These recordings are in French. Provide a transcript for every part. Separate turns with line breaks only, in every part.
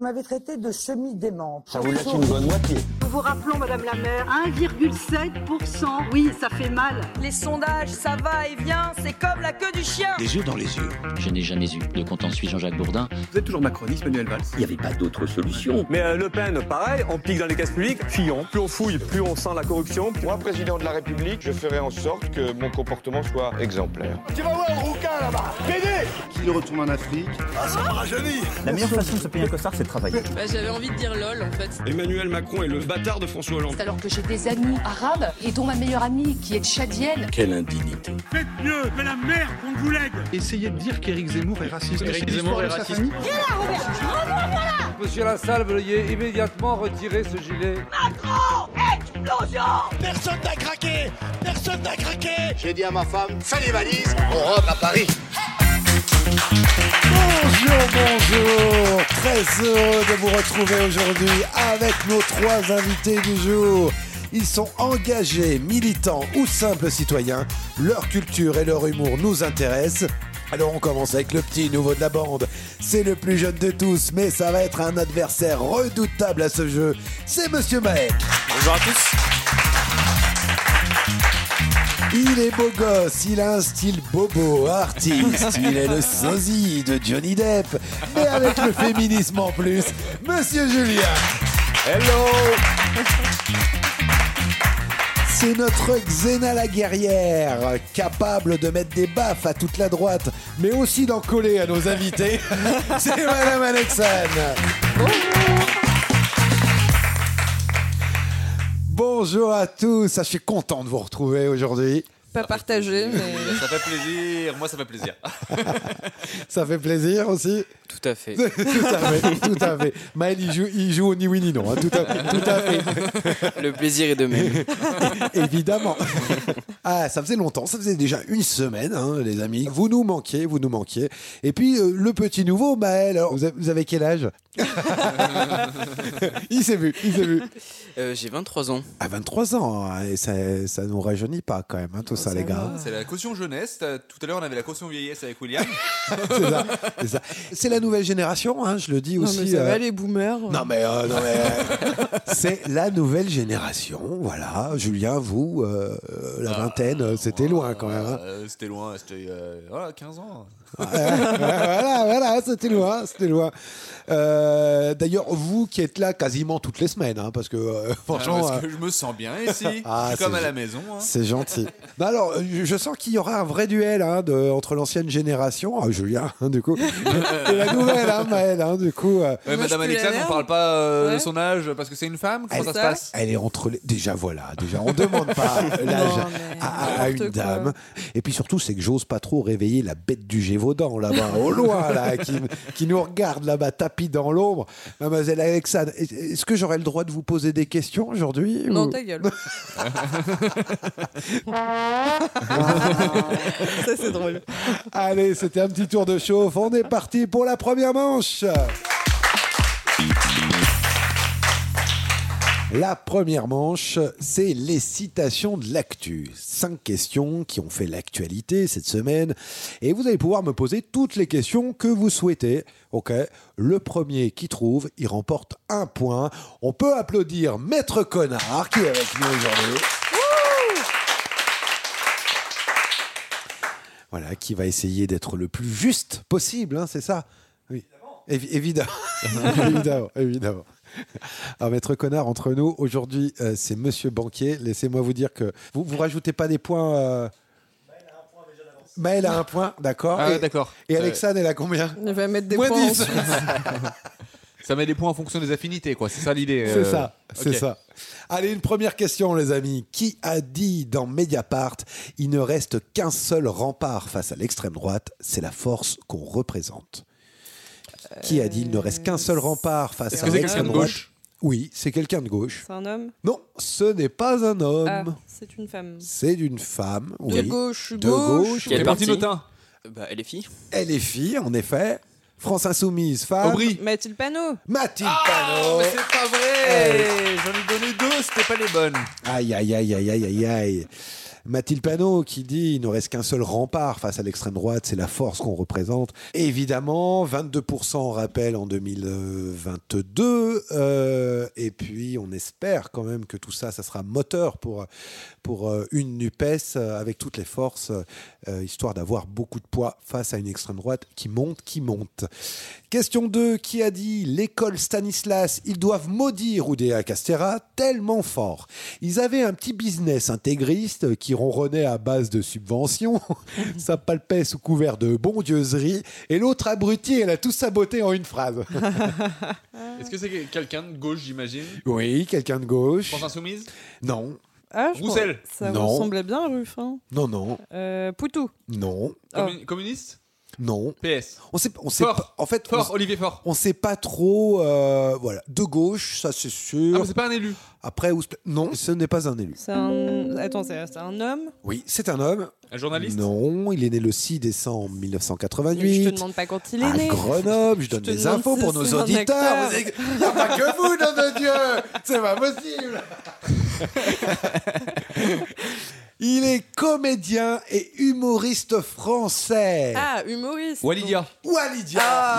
Vous m'avez traité de semi-démente.
Ça vous laisse une bonne moitié.
Nous vous rappelons, Madame la maire, 1,7%. Oui, ça fait mal.
Les sondages, ça va et vient, c'est comme la queue du chien.
Des yeux dans les yeux.
Je n'ai jamais eu de contentieux Jean-Jacques Bourdin.
Vous êtes toujours macroniste, Manuel Valls
Il n'y avait pas d'autre solution.
Mais euh, Le Pen, pareil, on pique dans les caisses publiques. Fillon, plus on fouille, plus on sent la corruption.
Moi, président de la République, je ferai en sorte que mon comportement soit exemplaire.
Tu vas voir un rouquin là-bas Bédé
Qui retourne en Afrique
Ah, ça me rajeunit
La meilleure façon de se payer un costard, c'est de travailler.
Bah, J'avais envie de dire lol en fait.
Emmanuel Macron est le bâtard de François Hollande.
Alors que j'ai des amis arabes et dont ma meilleure amie qui est tchadienne.
Quelle indignité.
Faites mieux que la merde qu'on vous lègue
Essayez de dire qu'Éric Zemmour est raciste.
Éric Zemmour est raciste.
Viens là, Robert Reviens là
Monsieur Lassalle, veuillez immédiatement retirer ce gilet.
Macron Explosion
Personne n'a craqué Personne n'a craqué
J'ai dit à ma femme, fais les valises, on rentre à Paris
Bonjour, bonjour Très heureux de vous retrouver aujourd'hui avec nos trois invités du jour. Ils sont engagés, militants ou simples citoyens. Leur culture et leur humour nous intéressent. Alors on commence avec le petit nouveau de la bande. C'est le plus jeune de tous, mais ça va être un adversaire redoutable à ce jeu. C'est Monsieur Maek.
Bonjour à tous.
Il est beau gosse, il a un style bobo, artiste, il est le sosie de Johnny Depp, mais avec le féminisme en plus, Monsieur Julien.
Hello
c'est notre Xena la guerrière, capable de mettre des baffes à toute la droite, mais aussi d'en coller à nos invités. C'est Madame Alexane. Bonjour à tous, Ah, je suis content de vous retrouver aujourd'hui.
Pas partagé, mais.
Ça fait plaisir, moi ça fait plaisir. Ah,
Ça fait plaisir aussi
Tout à fait.
tout à fait, tout à fait. Maël, il joue, il joue au ni oui ni non. hein. Tout, à, tout à fait.
Le plaisir est de même.
Évidemment. Ah, ça faisait longtemps, ça faisait déjà une semaine, hein, les amis. Vous nous manquiez, vous nous manquiez. Et puis, euh, le petit nouveau, Maël, alors, vous avez- vous avez quel âge Il s'est vu, il s'est vu.
Euh, J'ai 23 ans.
À 23 ans, hein, et ça, ça nous rajeunit pas quand même, hein, tout ça, les gars.
C'est la caution jeunesse. Euh, Tout à l'heure, on avait la caution vieillesse avec William.
C'est ça, c'est ça. C'est la nouvelle génération, hein, je le dis
Non,
aussi.
mais ça
euh,
va, les boomers. hein.
Non mais, euh, non, mais, euh, c'est la nouvelle génération, voilà. Julien, vous, euh, euh, la vingtaine, euh, c'était loin quand même. hein.
Euh, c'était loin, c'était euh, voilà, 15 ans.
Ouais, voilà, voilà, c'était loin, c'était loin. Euh, D'ailleurs, vous qui êtes là quasiment toutes les semaines, hein, parce que euh, franchement,
Ah, parce
euh,
que je me sens bien ici.
Ah,
Je suis comme
c'est
à la
gen-
maison. hein.
c'est gentil. Non, alors, euh, je, je sens qu'il y aura un vrai duel hein, de- entre l'ancienne génération, ah, Julien, hein, du coup, et la nouvelle, hein, Maëlle, hein, du coup. euh,
Ouais,
Moi,
Madame
je pue la
Alexandre, on
merde.
parle pas euh, de
Ouais.
son âge parce que c'est une femme Comment
Elle-
ça se
ça
passe
Elle est entre les... Déjà, voilà. Déjà, on demande pas l'âge
Non, mais
à, à- à une
Eh, n'importe quoi.
dame. Et puis surtout, c'est que j'ose pas trop réveiller la bête du Gévaudan, là-bas, au loin, là, qui, qui nous regarde, là-bas, tapis dans l'ombre. Mademoiselle Alexandre, est- est-ce que j'aurais le droit de vous poser des questions aujourd'hui
Non,
ou-
ta gueule. ça, c'est drôle.
Allez, c'était un petit tour de chauffe. On est parti pour la première manche. La première manche, c'est les citations de l'actu. Cinq questions qui ont fait l'actualité cette semaine. Et vous allez pouvoir me poser toutes les questions que vous souhaitez. Ok Le premier qui trouve, il remporte un point. On peut applaudir Maître Connard qui est avec nous aujourd'hui. Voilà, qui va essayer d'être le plus juste possible, hein, c'est ça Oui. Évi- Évidemment. évidemment, évidemment. Alors, maître Connard, entre nous, aujourd'hui, euh, c'est monsieur banquier. Laissez-moi vous dire que vous vous rajoutez pas des points. euh, Maël a un point, d'accord.
Ah,
et,
d'accord.
et
Ça-
Alexane, elle a combien
Il va mettre des
Moins
points.
10.
Ça met des points en fonction des affinités, quoi. C'est ça l'idée.
C'est
euh.
ça, c'est
ok.
ça. Allez, une première question, les amis. Qui a dit dans Mediapart Il ne reste qu'un seul rempart face à l'extrême droite, c'est la force qu'on représente. Qui a dit Il ne reste qu'un
Euh,
seul rempart face
Est-ce
à
que c'est quelqu'un
l'extrême
de
droite
gauche
Oui, c'est quelqu'un de gauche.
C'est un homme
Non, ce n'est pas un homme.
Ah, c'est une femme.
C'est d'une femme.
De
oui.
gauche,
De
gauche.
gauche.
Quel
Quel
parti
parti
notin
Bah, elle est fille.
Elle est fille, en effet. France Insoumise, femme.
Aubry
Mathilde Panot.
Mathilde
Ah,
Panot.
mais c'est pas vrai J'en ai donné deux, c'était pas les bonnes.
Aïe, aïe, aïe, aïe, aïe, aïe, aïe. Mathilde Panot qui dit il ne reste qu'un seul rempart face à l'extrême droite, c'est la force qu'on représente. Évidemment, 22% on rappelle en 2022. euh, et puis on espère quand même que tout ça, ça sera moteur pour, pour euh, une NUPES euh, avec toutes les forces, euh, histoire d'avoir beaucoup de poids face à une extrême droite qui monte, qui monte. Question 2, qui a dit l'école Stanislas, ils doivent maudire Oudéa Castera tellement fort. Ils avaient un petit business intégriste qui ronronnait à base de subventions, ça palpait sous couvert de bondieuserie, et l'autre abruti, elle a tout saboté en une phrase. Ah.
Est-ce que c'est quelqu'un de gauche, j'imagine
oui, quelqu'un de gauche.
France Insoumise
Non.
Ah, je pense-
Roussel.
Ça
Non.
ressemblait bien hein. à Ruffin.
Non, non.
Euh, Poutou.
Non.
Commun- Communiste
Non.
PS.
On sait, on sait pas- en fait,
Fort,
on,
Olivier Fort.
on sait pas trop. euh, voilà, de gauche, ça c'est sûr.
Ah, c'est pas un élu.
Après, où se pla- non, ce n'est pas un élu.
C'est un... Attends, c'est c'est un homme
Oui, c'est un homme.
Un journaliste
Non, il est né le 6 décembre
Mais
1988.
Je te demande pas quand il est
à
né.
Grenoble, je donne
te
des
demande
infos
si
pour
c'est
nos
un
auditeurs.
acteur.
Vous avez- Il n'y a pas que vous, nom de Dieu C'est pas possible Il est comédien et humoriste français.
Ah, humoriste.
Walidia.
Walidia.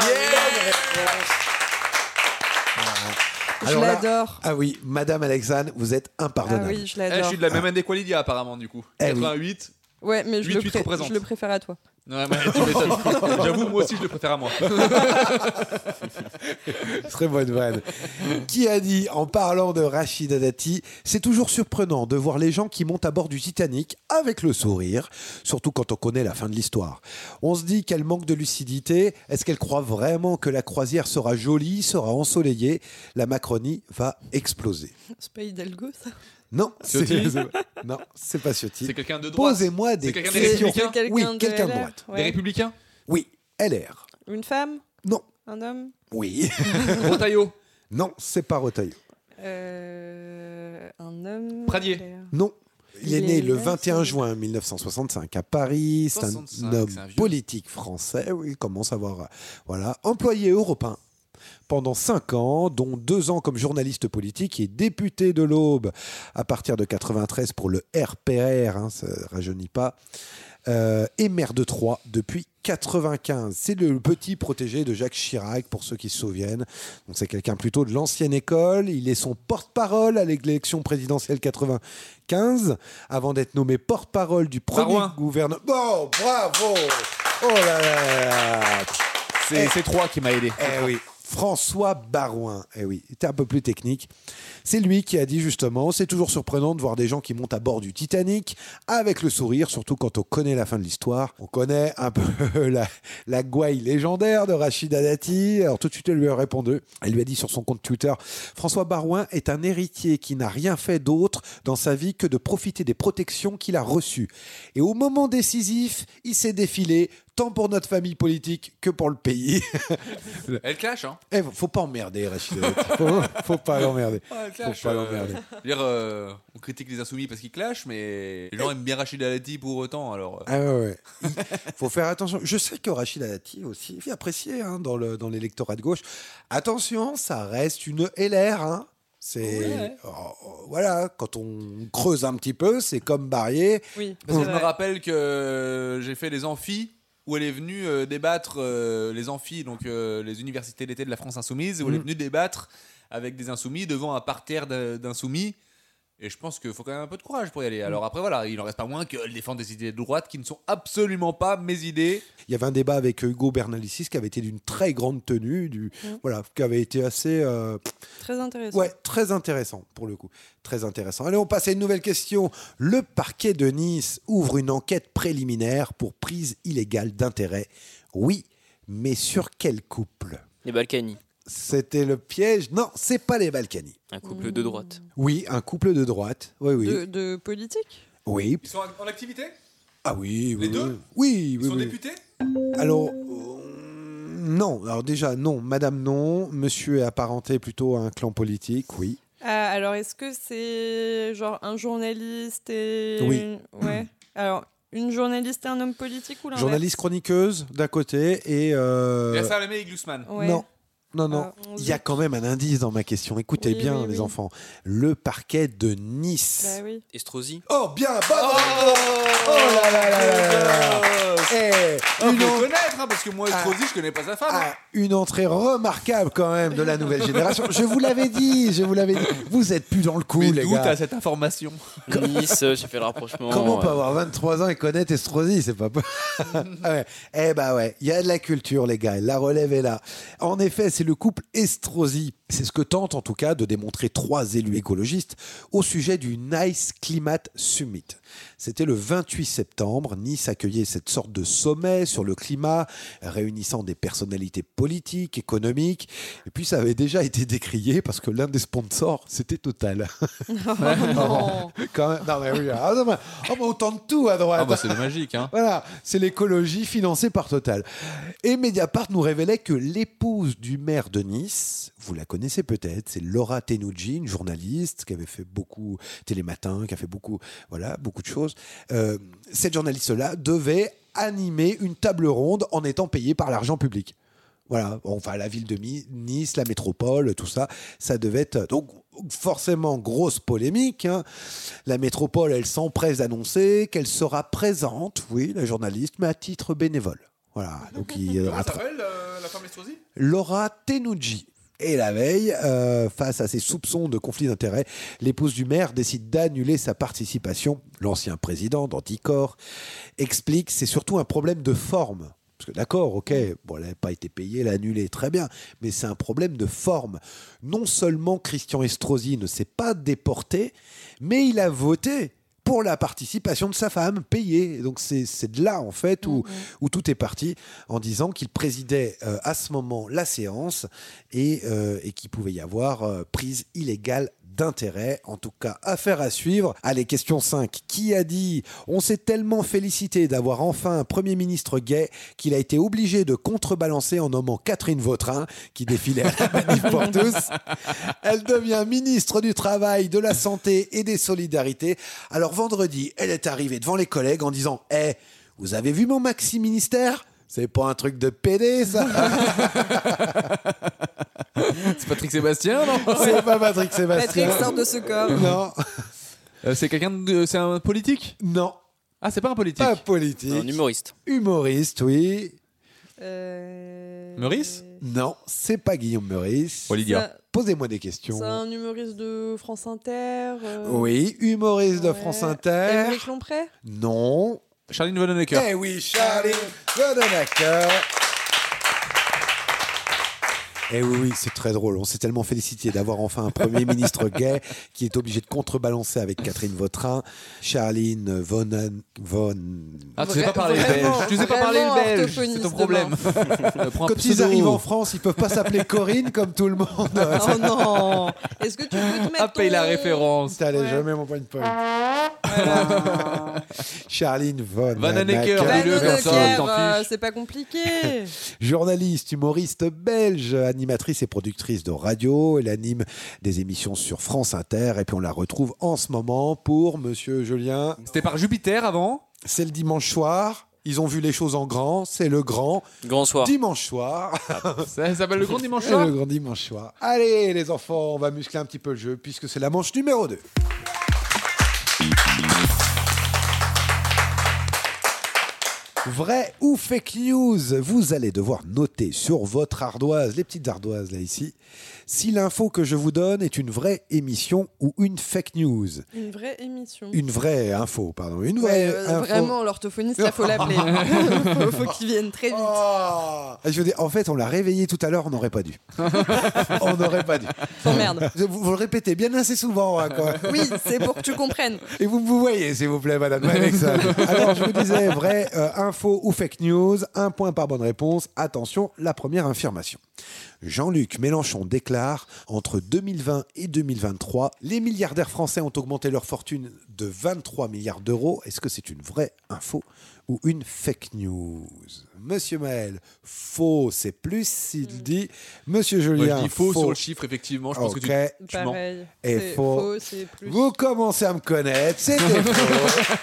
Je
Alors là-
l'adore.
Ah oui, Madame Alexane, vous êtes impardonnable.
Ah oui, je
Eh,
l'adore.
je suis de la même année qu'Olidia, apparemment, du coup.
Eh oui.
88.
Ouais, mais je,
Lui,
le
tu te
pré-
représentes.
je le préfère à toi.
Ouais, mais tu m'étonnes. J'avoue, moi aussi, je le préfère à moi.
Très bonne vanne. Qui a dit, en parlant de Rachida Dati, c'est toujours surprenant de voir les gens qui montent à bord du Titanic avec le sourire, surtout quand on connaît la fin de l'histoire. On se dit qu'elle manque de lucidité. Est-ce qu'elle croit vraiment que la croisière sera jolie, sera ensoleillée La Macronie va exploser.
C'est pas Hidalgo, ça
Non, c'est
Ciotti
non, c'est pas Ciotti.
C'est quelqu'un de droite.
Posez-moi des
C'est quelqu'un des
questions.
Républicains
Quelqu'un
oui,
de
quelqu'un de
LR,
droite.
ouais. Des
Républicains
Oui, LR.
Une femme
Non.
Un homme
Oui.
Rotaillot
Non, c'est pas Rotaillot.
Euh, Un homme
Pradier.
LR.
Non. Il est
Il
né
est
le
né,
21 juin 1965 à Paris. C'est un
65,
homme
c'est un vieux.
politique français. Oui, il commence à avoir. Voilà. Employé européen pendant 5 ans, dont 2 ans comme journaliste politique et député de l'Aube à partir de 93 pour le RPR, hein, ça rajeunit pas, euh, et maire de Troyes depuis 95. C'est le petit protégé de Jacques Chirac, pour ceux qui se souviennent. Donc c'est quelqu'un plutôt de l'ancienne école. Il est son porte-parole à l'élection présidentielle 95, avant d'être nommé porte-parole du premier
Barouin.
gouvernement. Bon, bravo Oh là là là là.
C'est-
Eh,
c'est Troyes qui m'a aidé.
Eh oui. François Barouin, eh oui, il était un peu plus technique. C'est lui qui a dit justement, c'est toujours surprenant de voir des gens qui montent à bord du Titanic avec le sourire, surtout quand on connaît la fin de l'histoire. On connaît un peu la, la gouaille légendaire de Rachida Dati. Alors tout de suite, elle lui a répondu. Elle lui a dit sur son compte Twitter, François Barouin est un héritier qui n'a rien fait d'autre dans sa vie que de profiter des protections qu'il a reçues. Et au moment décisif, il s'est défilé tant pour notre famille politique que pour le pays.
Elle clash, hein
Eh, faut pas emmerder, Rachid. faut, faut pas l'emmerder.
Ouais, elle
Faut
clash.
pas
euh,
l'emmerder.
je veux dire, euh, on critique les insoumis parce qu'ils clashent, mais les gens aiment bien Rachid Alati pour autant, alors. euh,
Ah ouais, ouais. Il faut faire attention. Je sais que Rachid Alati aussi est apprécié hein, dans, le, dans l'électorat de gauche. Attention, ça reste une LR. hein. C'est
Ouais.
Oh, oh, voilà, quand on creuse un petit peu, c'est comme Barrier.
Oui.
Parce que je
Ouais.
me rappelle que j'ai fait les amphis où elle est venue euh, débattre, euh, les amphis, donc euh, les universités d'été de la France insoumise, où elle est
Mm.
venue débattre avec des insoumis devant un parterre d'in- d'insoumis. Et je pense qu'il faut quand même un peu de courage pour y aller.
Mm.
Alors après, voilà, il en reste pas moins qu'elle défend des idées de droite qui ne sont absolument pas mes idées.
Il y avait un débat avec Hugo Bernalicis qui avait été d'une très grande tenue, du,
Mm.
Mhm.
voilà, qui avait été assez. euh,
Très intéressant.
Ouais, très intéressant pour le coup. Très intéressant. Allez, on passe à une nouvelle question. Le parquet de Nice ouvre une enquête préliminaire pour prise illégale d'intérêt. Oui, mais sur quel couple
Les Balkany.
C'était le piège. Non, c'est pas les Balkany.
Un couple de droite.
Oui, un couple de droite. Oui, oui.
De, de politique
Oui.
Ils sont en activité
Ah oui, oui.
Les deux
oui. Oui, oui.
Ils sont
oui.
députés
Alors, euh, non. Alors déjà, non. Madame, non. Monsieur est apparenté plutôt à un clan politique, oui.
Ah, alors, est-ce que c'est genre un journaliste et.
Oui.
Ouais. Alors, une journaliste et un homme politique ou l'inverse
Journaliste chroniqueuse d'un côté et... euh,
Yasser Alamé et Glusman.
Ouais. Ah, Euh,
Non. Non, non. Il y a quand même un indice dans ma question. Écoutez
Oui,
bien,
oui,
les
oui.
enfants. Le parquet de Nice.
Bah oui.
Estrosi.
Oh, bien, bravo Oh là là là là là là. Eh,
Oh,
Ah,
une Ah.
faut
en- ah,
connaître, hein, parce que moi, Estrosi, je connais pas sa femme. hein.
Une entrée remarquable quand même de la nouvelle génération. Je vous l'avais dit, je vous l'avais dit. Vous êtes plus dans le coup, les
D'où
gars.
t'as cette information
Nice, euh, j'ai fait le rapprochement. euh,
Comment on
ouais.
peut avoir 23 ans et connaître Estrosi C'est pas possible. Ouais. Eh bah ouais, il y a de la culture, les gars. La relève est là. En effet, c'est le couple Estrosi. C'est ce que tentent en tout cas de démontrer trois élus écologistes au sujet du Nice Climate Summit. C'était le 28 septembre. Nice accueillait cette sorte de sommet sur le climat, réunissant des personnalités politiques, économiques. Et puis ça avait déjà été décrié parce que l'un des sponsors, c'était Total.
non.
Quand même- non, mais oui. Ah, non, mais- oh, mais autant de tout à droite.
Ah bah, c'est magique, hein.
Voilà, c'est l'écologie financée par Total. Et Mediapart nous révélait que l'épouse du maire de Nice, vous la connaissez peut-être, c'est Laura Tenouji, une journaliste qui avait fait beaucoup télématin, qui a fait beaucoup, voilà, beaucoup de choses. Euh, cette journaliste-là devait animer une table ronde en étant payée par l'argent public. Voilà, enfin la ville de Mi- Nice, la métropole, tout ça, ça devait être donc forcément grosse polémique. hein. La métropole, elle s'empresse d'annoncer qu'elle sera présente, oui, la journaliste, mais à titre bénévole. Voilà, donc il, euh,
Comment
après-
s'appelle euh, la femme Estrosi
Laura Tenuji. Et la veille, euh, face à ces soupçons de conflit d'intérêts, l'épouse du maire décide d'annuler sa participation. L'ancien président d'Anticor explique c'est surtout un problème de forme. Parce que d'accord, ok, bon, elle n'a pas été payée, elle a annulé, très bien, mais c'est un problème de forme. Non seulement Christian Estrosi ne s'est pas déporté, mais il a voté pour la participation de sa femme payée. Donc c'est c'est de là en fait où, où tout est parti en disant qu'il présidait euh, à ce moment la séance et, euh, et qu'il pouvait y avoir euh, prise illégale d'intérêt. En tout cas, affaire à suivre. Allez, question 5. Qui a dit On s'est tellement félicité d'avoir enfin un Premier ministre gay qu'il a été obligé de contrebalancer en nommant Catherine Vautrin qui défilait à la manif pour tous. Elle devient ministre du Travail, de la Santé et des Solidarités. Alors vendredi, elle est arrivée devant les collègues en disant Eh, vous avez vu mon maxi ministère C'est pas un truc de PD, ça
C'est Patrick Sébastien, non
C'est pas Patrick Sébastien.
Patrick sort de ce corps.
Non.
Euh, c'est quelqu'un de. C'est un politique
Non.
Ah, c'est pas un politique
Un politique.
Un humoriste.
Humoriste, oui.
Euh,
Meurice
Non, c'est pas Guillaume Meurice.
Lydia. Ça-
Posez-moi des questions.
C'est un humoriste de France Inter. euh,
Oui, humoriste de France Inter.
Éric Lompré
Non.
Charline Vanhoenacker.
Eh oui, Charline Vanhoenacker. Eh oui, oui, c'est très drôle. On s'est tellement félicité d'avoir enfin un Premier ministre gay qui est obligé de contrebalancer avec Catherine Vautrin, Charline Vonan... Von...
Ah, tu sais pas parler le belge. Tu sais pas parler le belge. C'est ton problème. Euh, prends un
Quand ils
pseudo.
arrivent en France, ils peuvent pas s'appeler Corinne comme tout le monde.
Oh non Est-ce que tu peux te mettre.
Ah, paye la référence.
T'allais jamais mon point de point. Charline Von
Van Hanecker,
Hanecker.
dis-le comme ça,
Pierre,
tant
euh,
pis.
c'est pas compliqué.
Journaliste, humoriste belge, animatrice et productrice de radio, elle anime des émissions sur France Inter et puis on la retrouve en ce moment pour Monsieur Julien.
C'était par Jupiter avant
C'est le dimanche soir. Ils ont vu les choses en grand, c'est le grand.
Grand soir.
Dimanche soir.
Ça s'appelle le grand dimanche
C'est
soir.
Le Eh ben, grand dimanche soir. Allez les enfants, on va muscler un petit peu le jeu puisque c'est la manche numéro 2. Vrai ou fake news Vous allez devoir noter sur votre ardoise, les petites ardoises là ici, si l'info que je vous donne est une vraie émission ou une fake news.
Une vraie émission.
Une vraie info, pardon. Une vraie
Ouais, euh,
info.
Vraiment, l'orthophoniste, là, faut l'appeler. faut, faut qu'il vienne très vite.
Oh.
Ah! Je veux dire, en fait, on l'a réveillé tout à l'heure, on n'aurait pas dû. on n'aurait pas dû.
Oh, merde.
Vous, vous le répétez bien assez souvent. hein, quand même.
Oui, c'est pour que tu comprennes.
Et vous vous voyez, s'il vous plaît, madame Alexandre. Alors, je vous disais, vrai, euh, info ou fake news, un point par bonne réponse. Attention, la première affirmation. Jean-Luc Mélenchon déclare entre 2020 et 2023, les milliardaires français ont augmenté leur fortune de 23 milliards d'euros. Est-ce que c'est une vraie info ou une fake news Monsieur Maël, faux, c'est plus, il dit. Monsieur
Moi,
Julien,
je dis faux, sur le chiffre, effectivement. Je pense
Ok.
que tu, tu mens. Eh,
Pareil.
Et
C'est
faux.
faux, c'est plus.
Vous commencez à me connaître, c'était faux.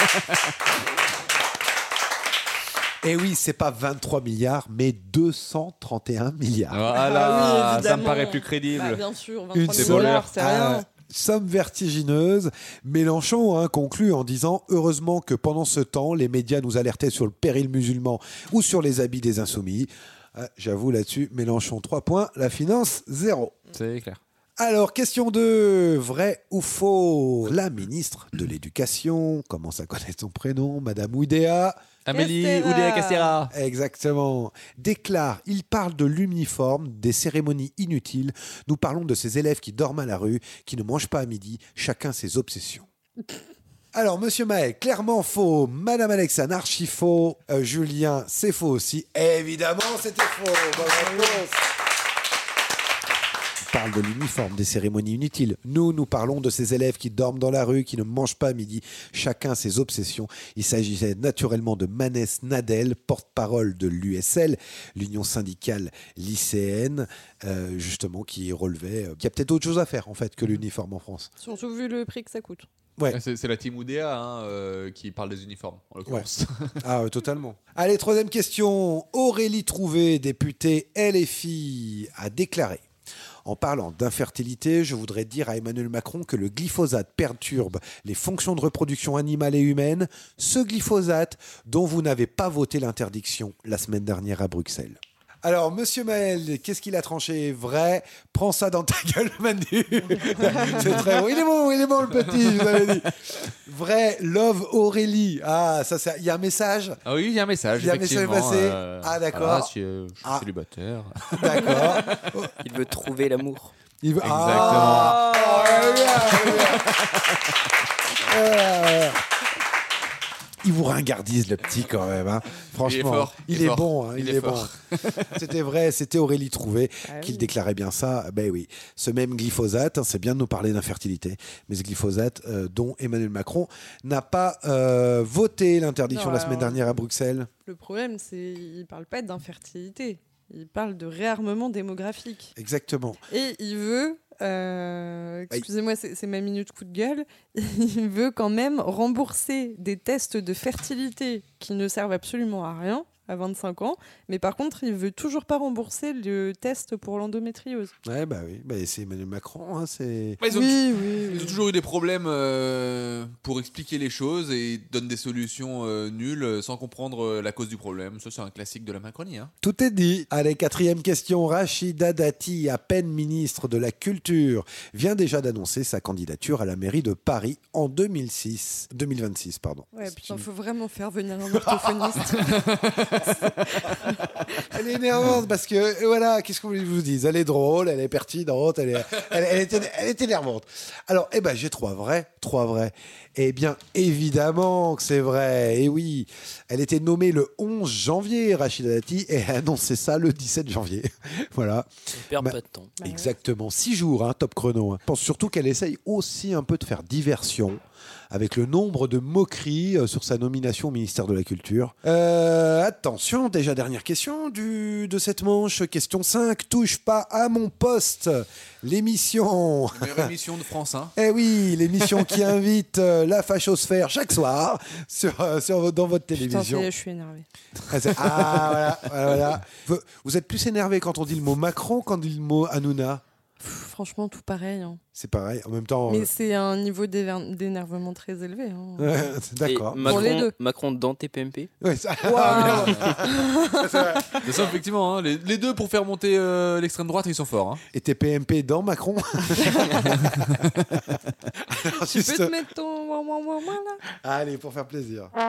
Et Eh oui, c'est pas 23 milliards, mais 231 milliards.
Voilà, Ah oui, ça me paraît évidemment. plus crédible.
Bah, bien sûr, 23
Une
milliards,
somme,
c'est rien.
euh, somme vertigineuse. Mélenchon hein, conclut en disant Heureusement que pendant ce temps, les médias nous alertaient sur le péril musulman ou sur les habits des insoumis. Ah, J'avoue là-dessus, Mélenchon 3 points, la finance 0.
C'est clair.
Alors, question 2, vrai ou faux La ministre de l'Éducation commence à connaître son prénom, Madame Oudéa.
Amélie Castera. Oudéa Castera.
Exactement. Déclare, il parle de l'uniforme, des cérémonies inutiles. Nous parlons de ces élèves qui dorment à la rue, qui ne mangent pas à midi, chacun ses obsessions. Alors, Monsieur Maël, clairement faux. Madame Alexane, archi faux. Euh, Julien, c'est faux aussi. Évidemment, c'était faux. Bonne réponse. Il parle de l'uniforme, des cérémonies inutiles. Nous, nous parlons de ces élèves qui dorment dans la rue, qui ne mangent pas à midi, chacun ses obsessions. Il s'agissait naturellement de Manès Nadel, porte-parole de l'USL, l'Union syndicale lycéenne, euh, justement, qui relevait euh, qu'il y a peut-être autre chose à faire, en fait, que l'uniforme en France.
Surtout vu le prix que ça coûte.
C'est c'est la team Oudéa hein, euh, qui parle des uniformes, en l'occurrence.
Ah, ouais, totalement. Allez, troisième question. Aurélie Trouvé, députée LFI, a déclaré. En parlant d'infertilité, je voudrais dire à Emmanuel Macron que le glyphosate perturbe les fonctions de reproduction animale et humaine, ce glyphosate dont vous n'avez pas voté l'interdiction la semaine dernière à Bruxelles. Alors, monsieur Maël, qu'est-ce qu'il a tranché Vrai Prends ça dans ta gueule, Manu C'est très bon. Il est bon, il est bon, le petit, je vous avais dit. Vrai, love Aurélie. Ah, ça, ça- il y a un message
Ah oui, il y a un message.
Il y a un message
effectivement,
passé.
euh,
Ah, d'accord.
voilà, si, euh, je suis
Ah.
célibataire.
D'accord.
Il veut trouver l'amour.
Il veut...
Exactement.
Euh, Il vous ringardise le petit quand même. hein. Franchement,
fort,
il,
il est
est
fort,
bon. hein, il, est, bon.
fort.
C'était vrai, c'était Aurélie Trouvé
Ah oui.
qui le déclarait bien ça. Ben oui, ce même glyphosate, hein, c'est bien de nous parler d'infertilité, mais ce glyphosate euh, dont Emmanuel Macron n'a pas euh, voté l'interdiction
Non,
la semaine
alors-
dernière à Bruxelles.
Le problème, c'est qu'il parle pas d'infertilité. Il parle de réarmement démographique.
Exactement.
Et il veut, euh, excusez-moi, c'est c'est ma minute coup de gueule, il veut quand même rembourser des tests de fertilité qui ne servent absolument à rien à 25 ans, mais par contre, il veut toujours pas rembourser le test pour l'endométriose.
Ouais, bah oui, bah, c'est Emmanuel Macron. hein, c'est...
Mais ils ont- Ils ont toujours eu des problèmes euh, pour expliquer les choses et ils donnent des solutions euh, nulles euh, sans comprendre euh, la cause du problème. Ça, c'est un classique de la Macronie. Hein.
Tout est dit. Allez, quatrième question. Rachida Dati, à peine ministre de la Culture, vient déjà d'annoncer sa candidature à la mairie de Paris en 2006, 2026. Pardon.
Ouais, putain, faut vraiment faire venir un orthophoniste.
Elle est énervante parce que, euh, voilà, qu'est-ce que vous voulez que je vous dise Elle est drôle, elle est pertinente, elle est, elle, elle est, éner- elle est énervante. Alors, eh ben, j'ai trois vrais, trois vrais. Eh bien, évidemment que c'est vrai, eh oui. Elle était nommée le 11 janvier, Rachida Dati, et elle a annoncé ça le 17 janvier. voilà.
On perd
Ma-
pas de temps.
Exactement, six jours, hein, top chrono. hein. Je pense surtout qu'elle essaye aussi un peu de faire diversion avec le nombre de moqueries euh, sur sa nomination au ministère de la Culture. Euh, attention, déjà dernière question du, de cette manche, question 5, touche pas à mon poste, l'émission.
Meilleure émission de France 1.
Eh oui, l'émission qui invite euh, la fachosphère chaque soir sur, euh, sur vos- dans votre
Putain,
télévision.
ça y est, je suis énervée.
Ah, c'est- ah, voilà, voilà, voilà. Vous- Vous êtes plus énervé quand on dit le mot Macron qu'en dit le mot Hanouna
Pff, Franchement, tout pareil. hein.
c'est pareil, en même temps.
Mais
euh,
c'est un niveau d'éver- d'énervement très élevé. hein.
Ouais, D'accord.
Et Macron,
Pour les deux.
Macron dans TPMP
Ouais, ça- Ah,
Waouh.
De ça, effectivement, hein, les, les deux pour faire monter euh, l'extrême droite, ils sont forts. hein.
Et tes PMP dans Macron Alors,
Tu peux
juste-
te mettre ton ouin, ouin, ouin, ouin, là
Allez, pour faire plaisir.
Ouais,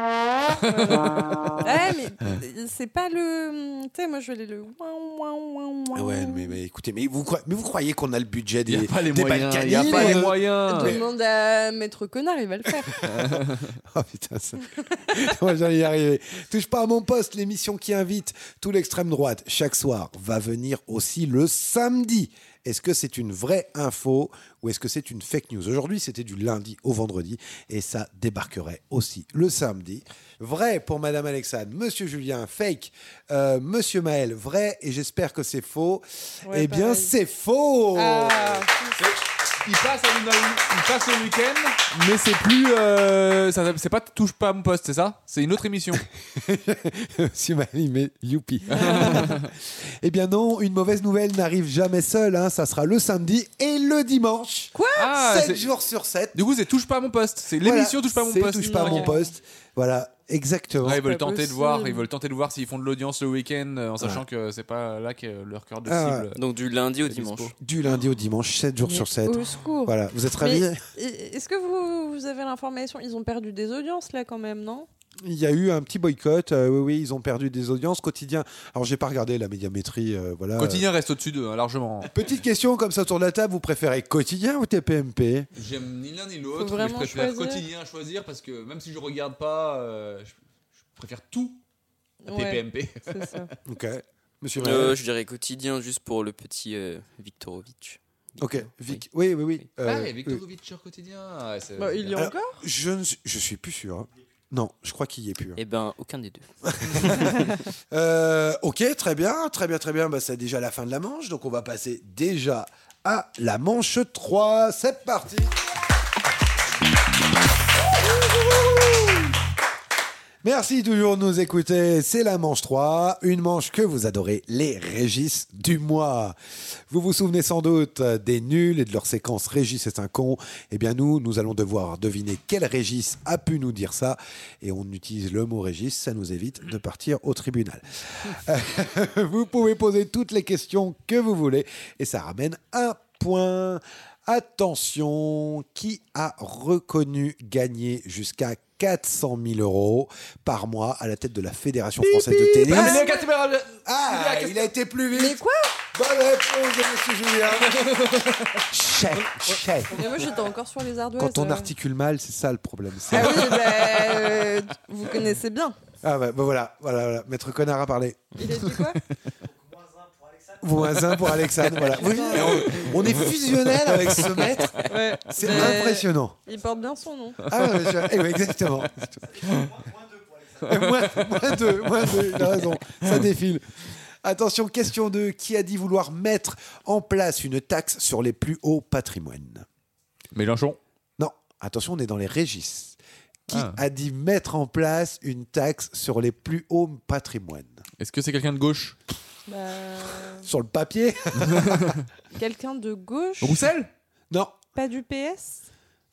mais c'est pas le. Tu sais, moi je voulais le. ouin, ouin, ouin, ouin.
Ah Ouais, mais, mais écoutez, mais vous, croyez, mais vous croyez qu'on a le budget des,
Y a pas les
des
moyens,
Balkany,
y a pas
euh,
les moyens.
mais-
Demande à Maître Connard, il va le faire.
oh putain, ça... Moi j'allais y arriver. Touche pas à mon poste, l'émission qui invite tout l'extrême droite chaque soir va venir aussi le samedi. Est-ce que c'est une vraie info ou est-ce que c'est une fake news Aujourd'hui c'était du lundi au vendredi et ça débarquerait aussi le samedi. Vrai pour Madame Alexandre, Monsieur Julien, fake. Euh, Monsieur Maël, vrai et j'espère que c'est faux.
Ouais, Ah.
eh bien
pareil.
c'est faux
Ah.
il passe, à Luna- il passe au week-end, mais c'est plus. euh, ça- c'est pas Touche pas à mon poste, c'est ça C'est une autre émission.
Si m'a animé, youpi. eh bien non, une mauvaise nouvelle n'arrive jamais seule. hein. Ça sera le samedi et le dimanche. Quoi
Ah,
7
c'est-
jours sur 7.
Du coup, c'est Touche pas à mon poste. C'est l'émission Touche pas à mon poste.
Touche pas à mon
Ok.
poste. Voilà, exactement.
Ouais, ils veulent tenter de voir, ils veulent tenter de voir s'ils font de l'audience le week-end, euh, en sachant que c'est pas là que euh, leur cœur de
Ah.
cible. Donc du lundi au dimanche.
Du lundi au dimanche, 7 jours Oh, sur 7.
Au secours.
Voilà, vous êtes
Mais
ravis
e- Est-ce que vous, vous avez l'information Ils ont perdu des audiences là quand même, non
Il y a eu un petit boycott. euh, oui, oui, ils ont perdu des audiences. Quotidien. Alors, j'ai pas regardé la médiamétrie. euh, voilà.
Quotidien reste au-dessus d'eux, hein, largement.
Petite question comme ça autour de la table, vous préférez quotidien ou TPMP
J'aime ni l'un ni
Faut
l'autre, mais je
vraiment
préfère
choisir.
quotidien choisir parce que même si je regarde pas, euh, je, je préfère tout à
Ouais,
TPMP.
c'est ça.
Ok. Monsieur
Euh,
Manuel
Je dirais quotidien juste pour le petit euh, Viktorovic.
Ok, Vic. Oui, oui, oui.
Ah,
euh,
et Victor
oui.
Rouvic sur quotidien. Ah, c'est-
Bah, il y a
Alors,
encore
je, ne suis- je suis plus sûr. hein. Non, je crois qu'il y est plus. hein.
Eh ben, aucun des deux.
Euh, ok, très bien, très bien, très bien. Bah, c'est déjà la fin de la manche, donc on va passer déjà à la manche 3. C'est parti. Merci toujours de nous écouter. C'est la manche 3, une manche que vous adorez, les Régis du mois. Vous vous souvenez sans doute des nuls et de leur séquence Régis est un con. Eh bien, nous, nous allons devoir deviner quel Régis a pu nous dire ça. Et on utilise le mot Régis, ça nous évite de partir au tribunal. Euh, vous pouvez poser toutes les questions que vous voulez et ça ramène un point. Attention, qui a reconnu gagner jusqu'à 400 000 euros par mois à la tête de la Fédération française de tennis
Ah, mais les gars, c'est pas grave.
Ah, il a été plus vite. Mais quoi Bonne réponse de monsieur Julien. Chef, chef.
Mais Moi j'étais encore sur les ardoises.
Quand on
euh.
articule mal, c'est ça le problème. C'est-
Ah oui, bah, euh, vous connaissez bien.
Ah bah, bah voilà, voilà, voilà, maître connard a parlé.
Il a dit quoi
Voisin pour Alexandre, voilà. Vous voyez, on, on est fusionnel avec ce maître.
Ouais,
C'est
mais
impressionnant.
Il porte bien son nom.
Ah ouais, je- eh ouais, exactement. Eh, moins, moins deux, moins deux, il a raison, ça défile. Attention, question 2. Qui a dit vouloir mettre en place une taxe sur les plus hauts patrimoines
Mélenchon.
Non, attention, on est dans les régis. Qui a dit mettre en place une taxe sur les plus hauts patrimoines
Est-ce que c'est quelqu'un de gauche
Bah,
Sur le papier
Quelqu'un de gauche
Roussel Non,
Pas du PS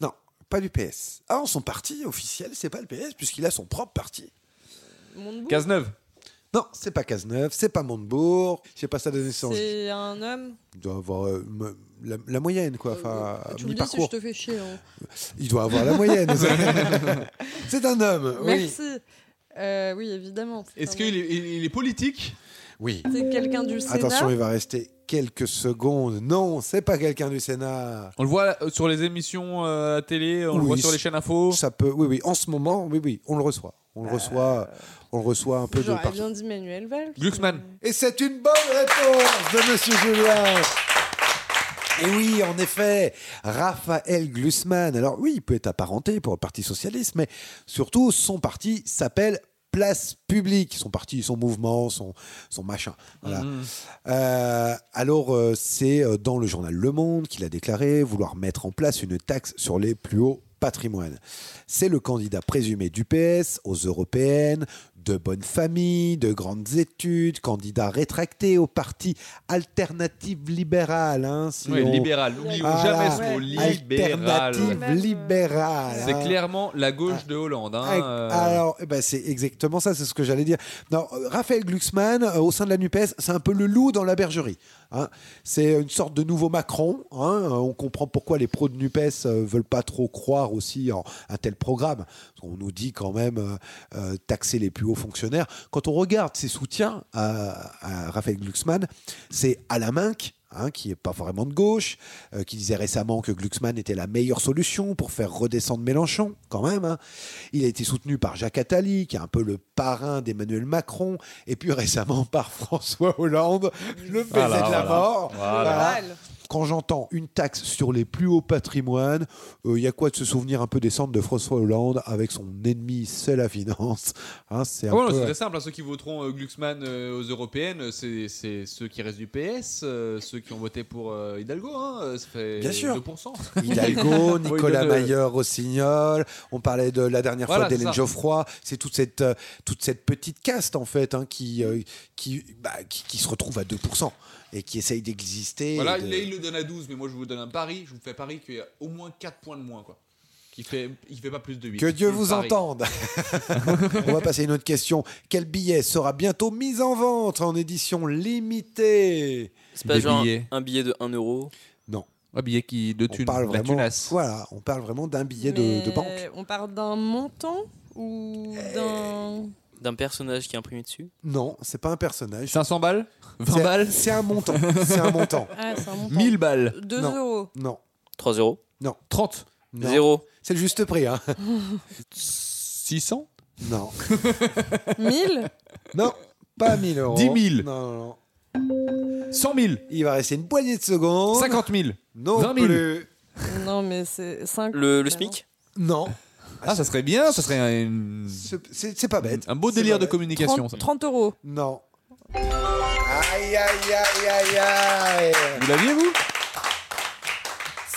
non, pas du PS. Ah, son parti officiel, c'est pas le PS, puisqu'il a son propre parti.
Montebourg
Cazeneuve Non, c'est pas Cazeneuve, c'est pas Montebourg. Je sais pas ça donne sens.
C'est un homme.
Il doit avoir euh, me- la, la moyenne, quoi. Enfin,
Ah
euh,
Tu me dis si je
mi-parcours.
te fais chier. hein.
Il doit avoir la moyenne. c'est un homme, oui.
Merci. Euh, oui, évidemment. c'est
Est-ce
un
qu'il est, il- il est politique
Oui.
C'est quelqu'un du Sénat.
Attention, il va rester quelques secondes. Non, c'est pas quelqu'un du Sénat.
On le voit euh, sur les émissions euh, à télé, on le
Oui,
voit sur les chaînes info.
Ça peut, oui, oui. En ce moment, oui, oui, on le reçoit. On le reçoit, on le reçoit un peu de
J'aurais
partout.
bien dit Manuel Valls.
Glucksmann.
Et c'est une bonne réponse de Monsieur Julien. Et oui, en effet, Raphaël Glucksmann. Alors oui, il peut être apparenté pour le Parti socialiste, mais surtout, son parti s'appelle Place publique. Son parti, son mouvement, son, son machin. Voilà.
Mmh.
Mhm.
Euh, alors, euh, c'est euh, dans le journal Le Monde qu'il a déclaré vouloir mettre en place une taxe sur les plus hauts patrimoines. C'est le candidat présumé du PS aux européennes, de bonne famille, de grandes études, candidat rétracté au parti alternative libérale. hein, si
Ouais,
on-
libéral. N'oublions jamais ce mot, libéral.
Alternative libérale.
C'est euh,
hein.
clairement la gauche de Hollande. hein,
Ac-
euh.
Alors, eh ben, c'est exactement ça, c'est ce que j'allais dire. Non, euh, Raphaël Glucksmann, euh, au sein de la NUPES, c'est un peu le loup dans la bergerie. hein. C'est une sorte de nouveau Macron. hein. Euh, On comprend pourquoi les pros de NUPES euh, veulent pas trop croire aussi en un tel programme. On nous dit quand même euh, euh, taxer les plus hauts fonctionnaires. Quand on regarde ses soutiens à, à Raphaël Glucksmann, c'est Alain Minck, hein, qui n'est pas vraiment de gauche, euh, qui disait récemment que Glucksmann était la meilleure solution pour faire redescendre Mélenchon, quand même. hein. Il a été soutenu par Jacques Attali, qui est un peu le parrain d'Emmanuel Macron, et puis récemment par François Hollande, le baiser
Voilà,
de la
voilà.
mort.
Ah,
Voilà.
Voilà. Quand j'entends une taxe sur les plus hauts patrimoines, euh, il y a quoi de se souvenir un peu des centres de François Hollande avec son ennemi, c'est la finance. Hein, c'est un
Ouais, non,
peu-
c'est très simple. hein. Ceux qui voteront euh, Glucksmann euh, aux européennes, c'est c'est ceux qui restent du PS, euh, ceux qui ont voté pour euh, Hidalgo. Hein, euh, ça fait
Bien sûr.
2%.
Hidalgo, Nicolas
Oui, de- de-
Maillard, Rossignol. On parlait de la dernière
Voilà,
fois d'Hélène
c'est ça.
Geoffroy. C'est toute cette, euh, toute cette petite caste, en fait, hein, qui, euh, qui, bah, qui, qui se retrouve à 2% et qui essaye d'exister. et
Voilà,
de-
il, il le donne à 12, mais moi je vous donne un pari. Je vous fais pari qu'il y a au moins 4 points de moins. Quoi. Il fait, il fait pas plus de 8.
Que Dieu vous entende. On va passer à une autre question. Quel billet sera bientôt mis en vente en édition limitée
C'est pas genre un billet de 1 euro
Non.
Un billet qui, de
on parle vraiment, voilà, on parle vraiment d'un billet de, de
Mais
banque.
On parle d'un montant ou
Euh,
d'un.
D'un personnage qui est imprimé dessus
Non, c'est pas un personnage.
500 balles
20 balles C'est un montant. C'est un montant.
Ah, c'est un montant.
1000 balles.
Deux
Non.
euros.
Non.
3 euros
Non.
30
Non.
Zéro.
C'est le juste prix. Hein.
600
Non.
1000
Non, pas 1000 euros.
10 000.
Non, non,
100 000.
Il va rester une poignée de secondes.
50 000.
Non
20 000.
plus.
Non, mais c'est 5.
Non.
Ah, ça serait bien, ça serait un,
c'est pas bête.
Un beau
C'est
délire
pas
de
bête.
communication.
30, 30 euros.
Mm.
Non. Aïe, aïe, aïe, aïe, aïe.
Vous l'aviez, vous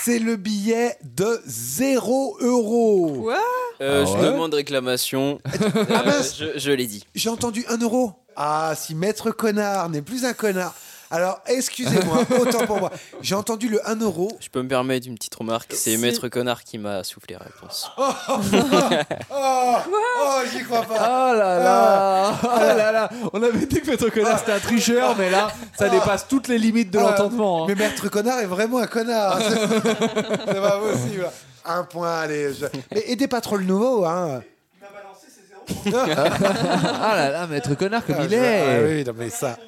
C'est le billet de 0 euros.
Quoi
Euh,
Ah
Je
ouais
demande réclamation. Euh, je je l'ai dit.
J'ai entendu 1 euro. Ah, si Maître Connard n'est plus un connard. Alors, excusez-moi, autant pour moi. J'ai entendu le 1 euro.
Je peux me permettre une petite remarque. C'est Maître Connard qui m'a soufflé la réponse.
Oh, oh, oh, oh, j'y crois pas.
Ah là là Ah là là On avait dit que Maître Connard c'était un tricheur, mais là, ça dépasse toutes les limites de
Ah,
l'entendement. hein.
Mais Maître Connard est vraiment un connard. C'est c'est pas possible. Un point, allez. je- Mais aidez pas trop le nouveau, hein. Il m'a balancé ses zéros.
Ah là là, Maître Connard comme
Ah,
il
je-
est
ah oui, non, mais ça.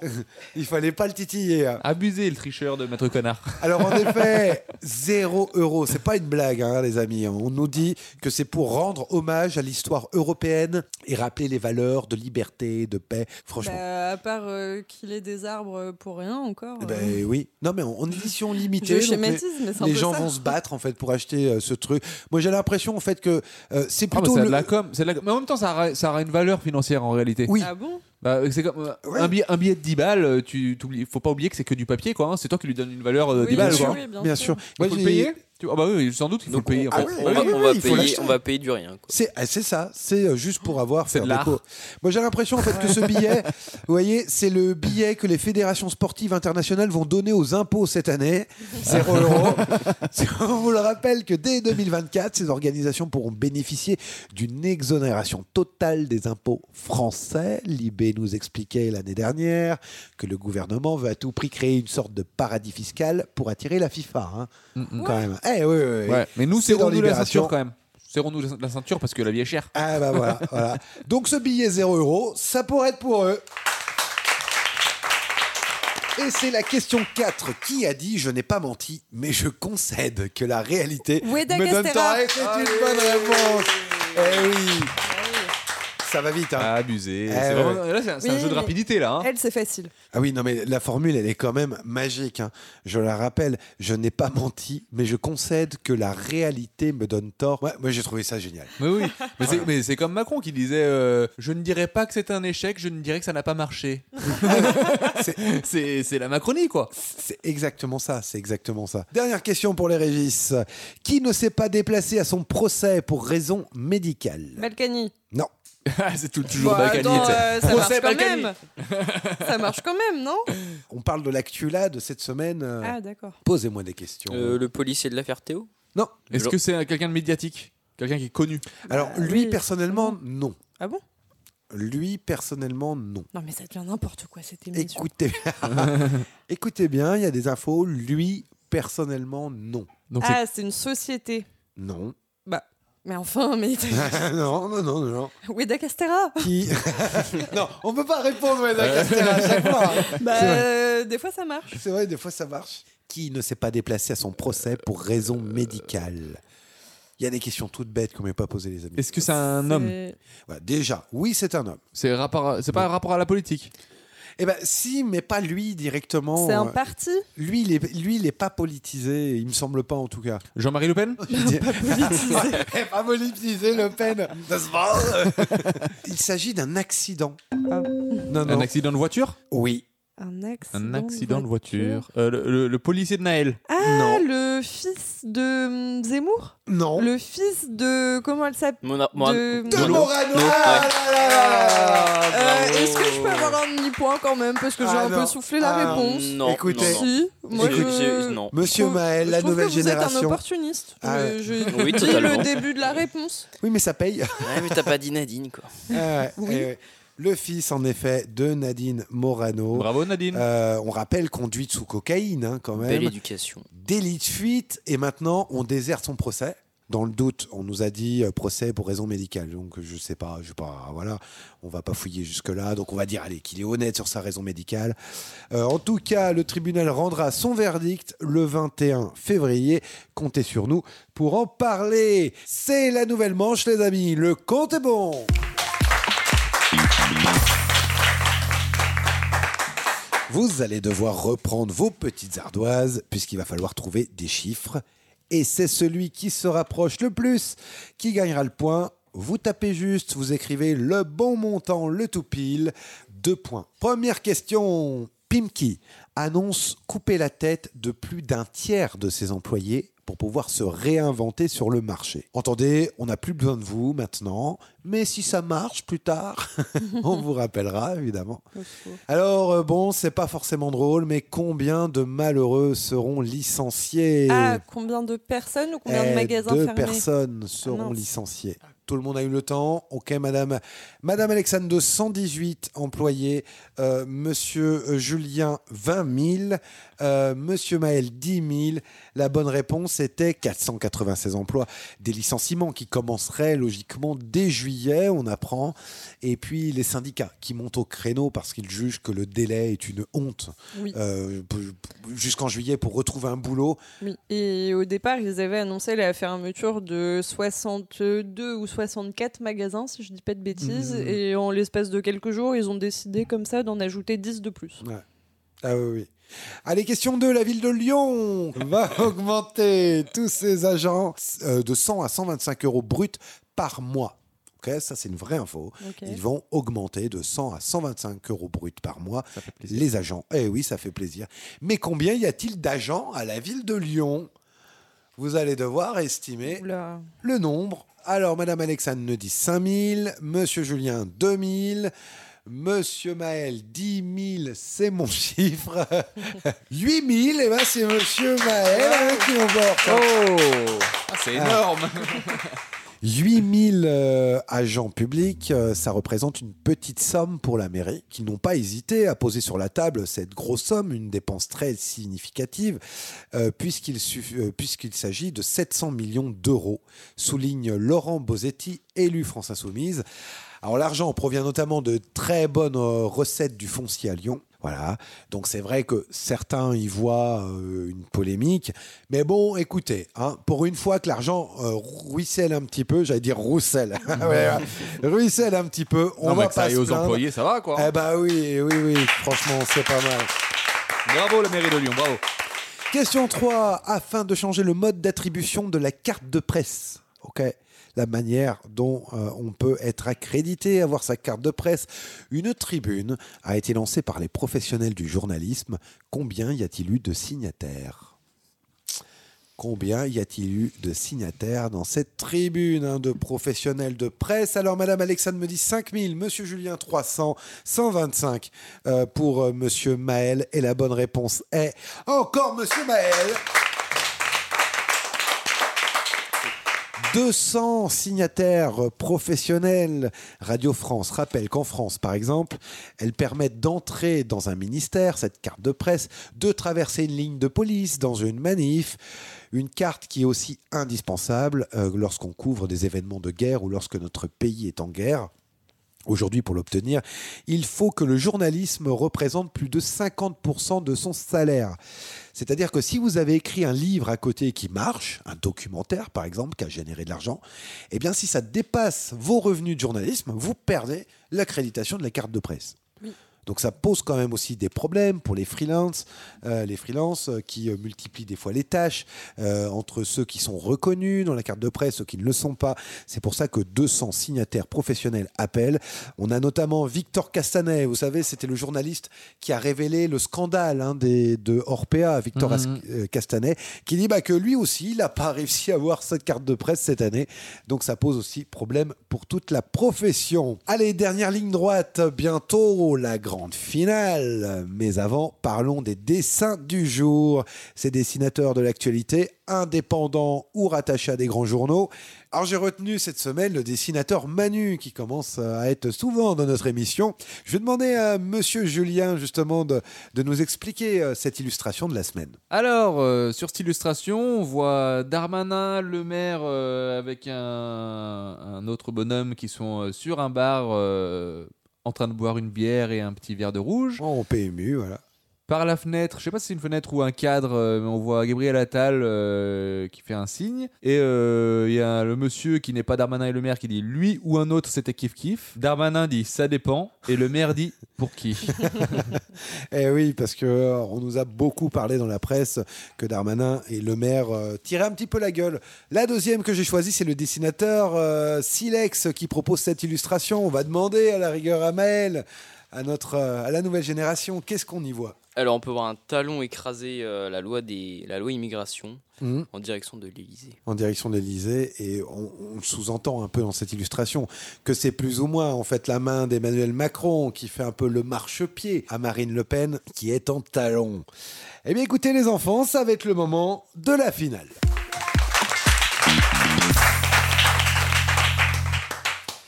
Il fallait pas le titiller. hein.
Abusé le tricheur de Maître Connard.
Alors en effet, 0 euro, c'est pas une blague, hein, les amis. On nous dit que c'est pour rendre hommage à l'histoire européenne et rappeler les valeurs de liberté, de paix. Franchement,
Bah, à part euh, qu'il ait des arbres pour rien encore.
eh
euh.
ben oui. Non mais en en édition limitée,
Je
donc les,
schématise, mais c'est un
les
peu
gens
ça.
vont se battre en fait pour acheter euh, ce truc. Moi j'ai l'impression en fait que euh, c'est
Ah, mais
plutôt
c'est
le-
de la com, c'est de la com. Mais en même temps, ça aura, ça aura une valeur financière en réalité.
Oui.
Ah bon
Bah, c'est comme euh, un, billet, un billet de 10 balles, euh, tu t'oublies- faut pas oublier que c'est que du papier quoi. hein. C'est toi qui lui donne une valeur de
Oui,
10 balles.
bien sûr,
quoi.
oui, bien Bien sûr. sûr.
Il
Moi,
faut le
j'ai-
payer Tu- Ah bah oui, sans doute qu'il faut le payer. en
Ah
fait.
oui,
on, va,
oui,
on va
oui, il faut
payer,
l'acheter.
on va payer du rien. quoi.
C'est ah, c'est ça, c'est euh, juste pour avoir fait
de l'art.
Moi j'ai l'impression en fait que ce billet, vous voyez, c'est le billet que les fédérations sportives internationales vont donner aux impôts cette année,
Ah,
0
Ah.
euros. C'est- On vous le rappelle que dès 2024, ces organisations pourront bénéficier d'une exonération totale des impôts français. L'IB nous expliquait l'année dernière que le gouvernement veut à tout prix créer une sorte de paradis fiscal pour attirer la FIFA. hein. Quand même. Eh, oui, oui, oui.
Mm, Ouais, Mais nous,
C'est dans
serrons-nous
Libération.
la
ceinture, quand même. Serrons-nous la- la ceinture parce que la vie est chère.
Ah bah voilà, voilà. Donc ce billet 0 euros, ça pourrait être pour eux. Et c'est la question 4 qui a dit je n'ai pas menti mais je concède que la réalité Weda me donne tort. Castera. Et C'est une bonne réponse. Eh oui. Ça va vite hein.
Ah, Abusé.
Eh
C'est
ouais.
vraiment- Là, c'est c'est un
Oui,
jeu de
mais
rapidité là. hein.
Elle, c'est facile.
Ah oui, non, mais la formule, elle est quand même magique. hein. Je la rappelle, je n'ai pas menti, mais je concède que la réalité me donne tort. Ouais, moi, j'ai trouvé ça génial.
Mais oui, mais c'est- mais c'est comme Macron qui disait euh, Je ne dirais pas que c'est un échec, je ne dirais que ça n'a pas marché. c'est c'est la Macronie, quoi.
C'est exactement ça, c'est exactement ça. Dernière question pour les Régis. Qui ne s'est pas déplacé à son procès pour raison médicale
Balkany.
Non.
c'est toujours
Bah,
Balkany,
attends,
tu sais.
euh, ça marche
Procès
quand
Balkany.
même. ça marche quand même, non
On parle de l'actu là de cette semaine. euh,
Ah, d'accord.
Posez-moi des questions.
Euh, le policier de l'affaire Théo
Non.
Est-ce que c'est un- quelqu'un de médiatique Quelqu'un qui est connu
Alors, lui, personnellement, non.
Bah, Ah bon
Lui, personnellement, non.
Non, mais ça devient n'importe quoi cette émission.
Écoutez, écoutez bien, il y a des infos. Lui, personnellement, non.
ah, c'est une société.
Non.
Bah, mais enfin, mais.
non, non, non, non.
Weda Castera
Qui Non, on peut pas répondre Weda Castera à chaque fois.
Bah,
C'est vrai.
euh, des fois ça marche.
C'est vrai, des fois ça marche. Qui ne s'est pas déplacé à son procès pour raison médicale Il y a des questions toutes bêtes qu'on ne pas posées, les amis.
Est-ce que c'est un homme
Ouais, déjà, oui, c'est un homme.
C'est rapport à- c'est pas un rapport à la politique
Eh ben, si, mais pas lui directement. euh,
C'est un parti
Lui, il est, lui, il est pas politisé. Il me semble pas, en tout cas.
Jean-Marie Le Pen
Pas politisé. pas politisé, Le Pen. N'est-ce pas il s'agit d'un accident.
Ah.
Non, non.
Un accident de voiture
Oui.
Un accident.
Un accident de voiture. Euh, le, le- le policier de Naël.
Ah, le fils de hum, Zemmour
Non.
Le fils de. Comment elle s'appelle
Mona- Mona-
De-
Mona-
De
Mona-
Morano.
Mona-
Ah
ouais.
Euh, Est-ce que je peux avoir un demi-point quand même Parce que j'ai
Ah,
un peu
non.
soufflé la
Ah,
réponse.
non,
Écoutez,
non, non.
Si, moi
Écoute-
je-
Monsieur
je trouve-
Maël, la
je trouve
nouvelle
que Vous êtes un
génération.
opportuniste.
Ah ouais.
Je- je
Oui,
dis
totalement.
le début de la réponse.
Oui, mais ça paye.
Ouais, mais t'as pas dit Nadine, quoi.
Ah,
Oui.
eh ouais. Le fils, en effet, de Nadine Morano. Euh,
Bravo, Nadine.
on rappelle conduite sous cocaïne, hein, quand même.
Belle éducation.
Délit de fuite. Et maintenant, on déserte son procès. Dans le doute, on nous a dit euh, procès pour raison médicale. Donc, je sais pas, je sais pas, voilà. On va pas fouiller jusque-là. Donc, on va dire, allez, qu'il est honnête sur sa raison médicale. Euh, en tout cas, le tribunal rendra son verdict le 21 février. Comptez sur nous pour en parler. C'est la nouvelle manche, les amis. Le compte est bon. Vous allez devoir reprendre vos petites ardoises puisqu'il va falloir trouver des chiffres. Et c'est celui qui se rapproche le plus qui gagnera le point. Vous tapez juste, vous écrivez le bon montant, le tout pile. Deux points. Première question. Pimki annonce couper la tête de plus d'un tiers de ses employés pour pouvoir se réinventer sur le marché. Entendez, on n'a plus besoin de vous maintenant, mais si ça marche plus tard, on vous rappellera évidemment. Alors euh, bon, c'est pas forcément drôle, mais combien de malheureux seront licenciés
Ah, combien de personnes ou combien
Eh,
de magasins
Deux
fermés
personnes seront
mince.
licenciées. Tout le monde a eu le temps. Ok, madame. Madame Alexandre de 118 employés. Euh, monsieur euh, Julien, 20 000. Euh, monsieur Maël, 10 000. La bonne réponse était 496 emplois. Des licenciements qui commenceraient logiquement dès juillet, on apprend. Et puis les syndicats qui montent au créneau parce qu'ils jugent que le délai est une honte.
Oui.
Euh, p- p- Jusqu'en juillet pour retrouver un boulot.
Oui, et au départ, ils avaient annoncé la fermeture de 62 ou 64 magasins, si je dis pas de bêtises,
Mhm.
et en l'espace de quelques jours, ils ont décidé comme ça d'en ajouter 10 de plus.
Ouais. Ah oui, oui. Allez, question 2. La ville de Lyon va augmenter tous ses agents euh, de 100 à 125 euros bruts par mois. Ok, ça, c'est une vraie info.
Ok.
Ils vont augmenter de 100 à 125 euros bruts par mois les agents. Eh oui, ça fait plaisir. Mais combien y a-t-il d'agents à la ville de Lyon Vous allez devoir estimer le nombre. Alors, Madame Alexandre ne dit 5000, Monsieur Julien 2000, Monsieur Maël 10 000, c'est mon chiffre. 8000, et ben c'est Monsieur Maël hein, qui emporte.
Ah, c'est énorme
8000 euh, agents publics, euh, ça représente une petite somme pour la mairie, qui n'ont pas hésité à poser sur la table cette grosse somme, une dépense très significative, euh, puisqu'il suff- euh, puisqu'il s'agit de 700 millions d'euros, souligne Laurent Bosetti, élu France Insoumise. Alors l'argent provient notamment de très bonnes euh, recettes du foncier à Lyon. Voilà. Donc c'est vrai que certains y voient euh, une polémique. Mais bon, écoutez, hein, pour une fois que l'argent euh, ruisselle un petit peu, j'allais dire rousselle, Ouais, ouais. ruisselle un petit peu, on
Non, mais
va
que ça
pas
aille
se
aux
plaindre.
employés, ça va, quoi.
Eh bah oui, oui, oui, franchement, c'est pas mal.
Bravo la mairie de Lyon, bravo.
Question 3. Afin de changer le mode d'attribution de la carte de presse, ok la manière dont euh, on peut être accrédité, avoir sa carte de presse, une tribune a été lancée par les professionnels du journalisme. Combien y a-t-il eu de signataires Combien y a-t-il eu de signataires dans cette tribune hein, de professionnels de presse Alors, Madame Alexandre me dit 5000, Monsieur Julien 300, 125 euh, pour euh, Monsieur Maël. Et la bonne réponse est encore Monsieur Maël 200 signataires professionnels. Radio France rappelle qu'en France, par exemple, elle permet d'entrer dans un ministère, cette carte de presse, de traverser une ligne de police dans une manif. Une carte qui est aussi indispensable euh, lorsqu'on couvre des événements de guerre ou lorsque notre pays est en guerre. Aujourd'hui, pour l'obtenir, il faut que le journalisme représente plus de 50% de son salaire. C'est-à-dire que si vous avez écrit un livre à côté qui marche, un documentaire par exemple, qui a généré de l'argent, eh bien si ça dépasse vos revenus de journalisme, vous perdez l'accréditation de la carte de presse. Donc ça pose quand même aussi des problèmes pour les freelances, euh, les freelances euh, qui euh, multiplient des fois les tâches euh, entre ceux qui sont reconnus dans la carte de presse, ceux qui ne le sont pas. C'est pour ça que 200 signataires professionnels appellent. On a notamment Victor Castanet, vous savez, c'était le journaliste qui a révélé le scandale hein, des, de Orpea, Victor
Mhm.
As- euh, Castanet, qui dit bah, que lui aussi, il n'a pas réussi à avoir cette carte de presse cette année. Donc ça pose aussi problème pour toute la profession. Allez, dernière ligne droite, bientôt la grande finale. Mais avant, parlons des dessins du jour. Ces dessinateurs de l'actualité, indépendants ou rattachés à des grands journaux. Alors j'ai retenu cette semaine le dessinateur Manu qui commence à être souvent dans notre émission. Je vais demander à Monsieur Julien justement de, de nous expliquer euh, cette illustration de la semaine.
Alors, euh, sur cette illustration, on voit Darmanin, le maire, euh, avec un, un autre bonhomme qui sont euh, sur un bar euh, en train de boire une bière et un petit verre de rouge.
En PMU, voilà.
Par la fenêtre, je sais pas si c'est une fenêtre ou un cadre, euh, mais on voit Gabriel Attal euh, qui fait un signe. Et euh, il y a le monsieur qui n'est pas Darmanin et le maire qui dit lui ou un autre, c'était kiff-kiff. Darmanin dit ça dépend. Et le maire dit pour qui
Eh oui, parce que euh, on nous a beaucoup parlé dans la presse que Darmanin et le maire euh, tiraient un petit peu la gueule. La deuxième que j'ai choisie, c'est le dessinateur euh, Silex qui propose cette illustration. On va demander à la rigueur à Maël, à, notre, euh, à la nouvelle génération, qu'est-ce qu'on y voit
Alors, on peut voir un talon écraser euh, la, loi des, la loi immigration
Mhm.
en direction de l'Élysée.
en direction de l'Elysée et on, on sous-entend un peu dans cette illustration que c'est plus ou moins en fait la main d'Emmanuel Macron qui fait un peu le marchepied à Marine Le Pen qui est en talon. Eh bien écoutez les enfants, ça va être le moment de la finale.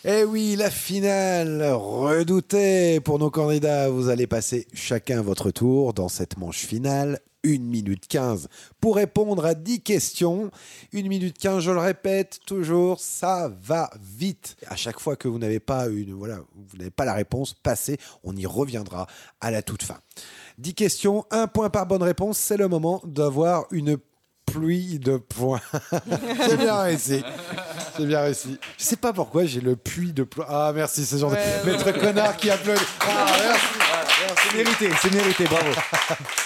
Eh oui, la finale redoutée pour nos candidats. Vous allez passer chacun votre tour dans cette manche finale. 1 minute 15 pour répondre à 10 questions. 1 minute 15, je le répète toujours, ça va vite. À chaque fois que vous n'avez pas une voilà, vous n'avez pas la réponse, passez, on y reviendra à la toute fin. 10 questions, un point par bonne réponse, c'est le moment d'avoir une pluie de points. c'est bien réussi. C'est bien réussi. Je sais pas pourquoi j'ai le puits de points. Ah merci, c'est genre Ouais, de maître ouais. connard qui applaudit. Ah, merci. C'est mérité, c'est mérité, bravo.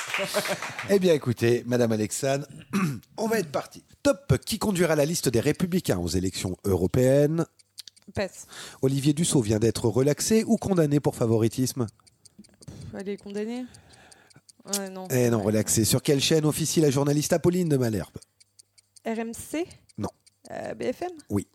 eh bien écoutez, Madame Alexane, on va être parti. Top, qui conduira la liste des républicains aux élections européennes
Passe.
Olivier Dussault vient d'être relaxé ou condamné pour favoritisme
Pff, Elle est condamnée Ouais, non.
Eh non, relaxé. Sur quelle chaîne officie la journaliste Apolline de Malherbe
RMC
Non.
Euh, BFM
Oui.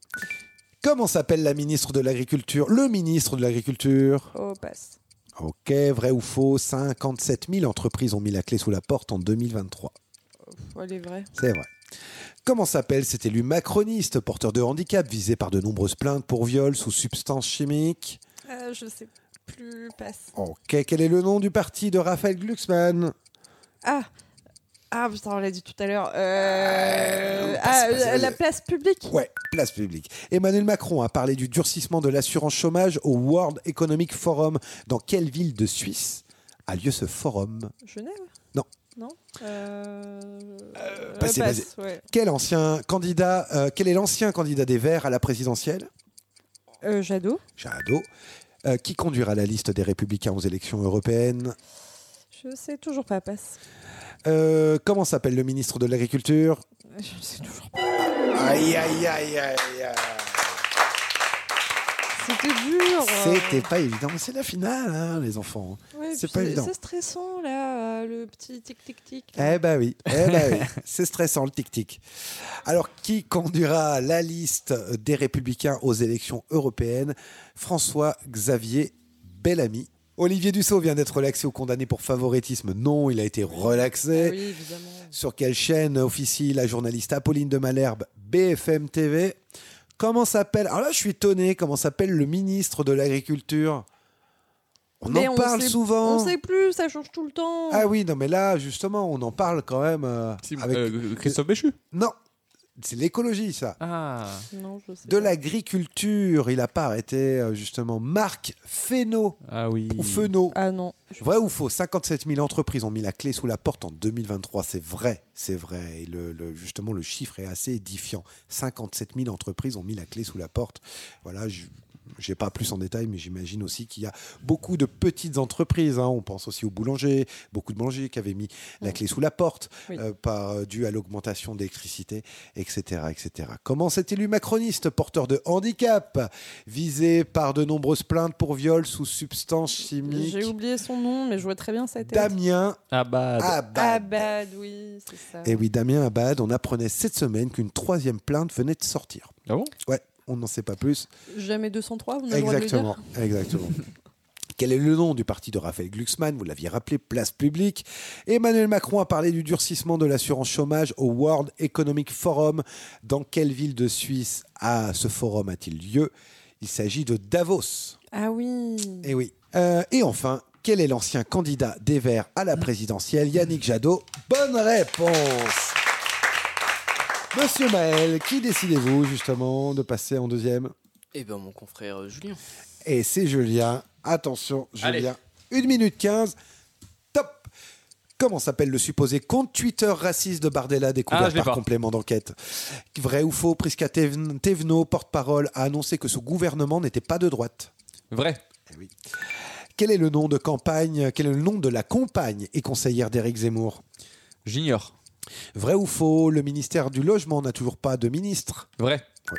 Comment s'appelle la ministre de l'Agriculture Le ministre de l'Agriculture
Oh, passe.
Ok, vrai ou faux 57 000 entreprises ont mis la clé sous la porte en 2023.
Pff, Elle est vraie.
C'est vrai. Comment s'appelle cet élu macroniste, porteur de handicap, visé par de nombreuses plaintes pour viol sous substances chimiques
Euh, je sais plus. Passe.
Ok, quel est le nom du parti de Raphaël Glucksmann
Ah Ah, putain, on l'a dit tout à l'heure. Euh, ah,
passe,
la,
passe.
la place publique
Ouais, place publique. Emmanuel Macron a parlé du durcissement de l'assurance chômage au World Economic Forum. Dans quelle ville de Suisse a lieu ce forum
Genève
Non.
Non euh...
Passez,
passe,
passez.
ouais.
Quel ancien candidat euh, Quel est l'ancien candidat des Verts à la présidentielle
Euh, Jadot
Jadot. Euh, qui conduira la liste des Républicains aux élections européennes
Je sais toujours pas. Passe.
Euh, Comment s'appelle le ministre de l'Agriculture
Je sais toujours pas.
Aïe, aïe, aïe, aïe, aïe.
C'était dur. hein.
C'était pas évident. mais C'est la finale, hein, les enfants.
Ouais,
c'est
puis
pas évident.
C'est stressant là, euh, le petit tic tic tic.
Eh ben oui, eh ben oui. c'est stressant le tic-tic. Alors, qui conduira la liste des républicains aux élections européennes François-Xavier Bellamy. Olivier Dussault vient d'être relaxé ou condamné pour favoritisme. Non, il a été relaxé.
Oui, évidemment.
Sur quelle chaîne officie la journaliste Apolline de Malherbe BFM TV. Comment s'appelle Alors là, je suis étonné. Comment s'appelle le ministre de l'Agriculture On
Mais
en parle
sait-
souvent.
On sait plus, ça change tout le temps.
Ah oui, non, mais là, justement, on en parle quand même. euh, avec... Christophe Béchu Non, c'est l'écologie, ça.
Ah.
Non, je sais.
De l'agriculture, il a pas arrêté, euh, justement. Marc Fesneau.
Ah oui.
Ou Fesneau.
Ah non.
Vrai ou faux 57 000 entreprises ont mis la clé sous la porte en 2023. C'est vrai, c'est vrai. Et le, le- justement, le chiffre est assez édifiant. 57 000 entreprises ont mis la clé sous la porte. Voilà, je- j'ai pas plus en détail, mais j'imagine aussi qu'il y a beaucoup de petites entreprises. hein. On pense aussi aux boulangers, beaucoup de boulangers qui avaient mis la clé sous la porte
Oui.
euh, par, euh, dû à l'augmentation d'électricité, etc., etc. Comment cet élu macroniste, porteur de handicap, visé par de nombreuses plaintes pour viol sous substance chimique
J'ai oublié son nom, mais je vois très bien sa tête.
Damien
Abad.
Abad.
Abad, Ah oui, c'est ça.
Et oui, Damien Abad, on apprenait cette semaine qu'une troisième plainte venait de sortir.
Ah bon
Ouais, on n'en sait pas plus.
Jamais 203, on a
Exactement,
le droit de le dire.
exactement. Quel est le nom du parti de Raphaël Glucksmann Vous l'aviez rappelé, place publique. Emmanuel Macron a parlé du durcissement de l'assurance chômage au World Economic Forum. Dans quelle ville de Suisse a ce forum a-t-il lieu Il s'agit de Davos.
Ah oui.
Et oui. Euh, et enfin, quel est l'ancien candidat des Verts à la présidentielle Yannick Jadot Bonne réponse Monsieur Maël, qui décidez-vous justement de passer en deuxième
Eh ben, mon confrère euh, Julien.
Et c'est Julien. Attention, Julien. 1 minute 15. Top Comment s'appelle le supposé compte Twitter raciste de Bardella découvert
Ah, je l'ai
par
pas.
complément d'enquête Vrai ou faux Prisca Théven- Thévenot, porte-parole, a annoncé que ce gouvernement n'était pas de droite.
Vrai.
Quel est le nom de campagne Quel est le nom de la compagne et conseillère d'Éric Zemmour
J'ignore.
Vrai ou faux Le ministère du Logement n'a toujours pas de ministre.
Vrai.
Oui.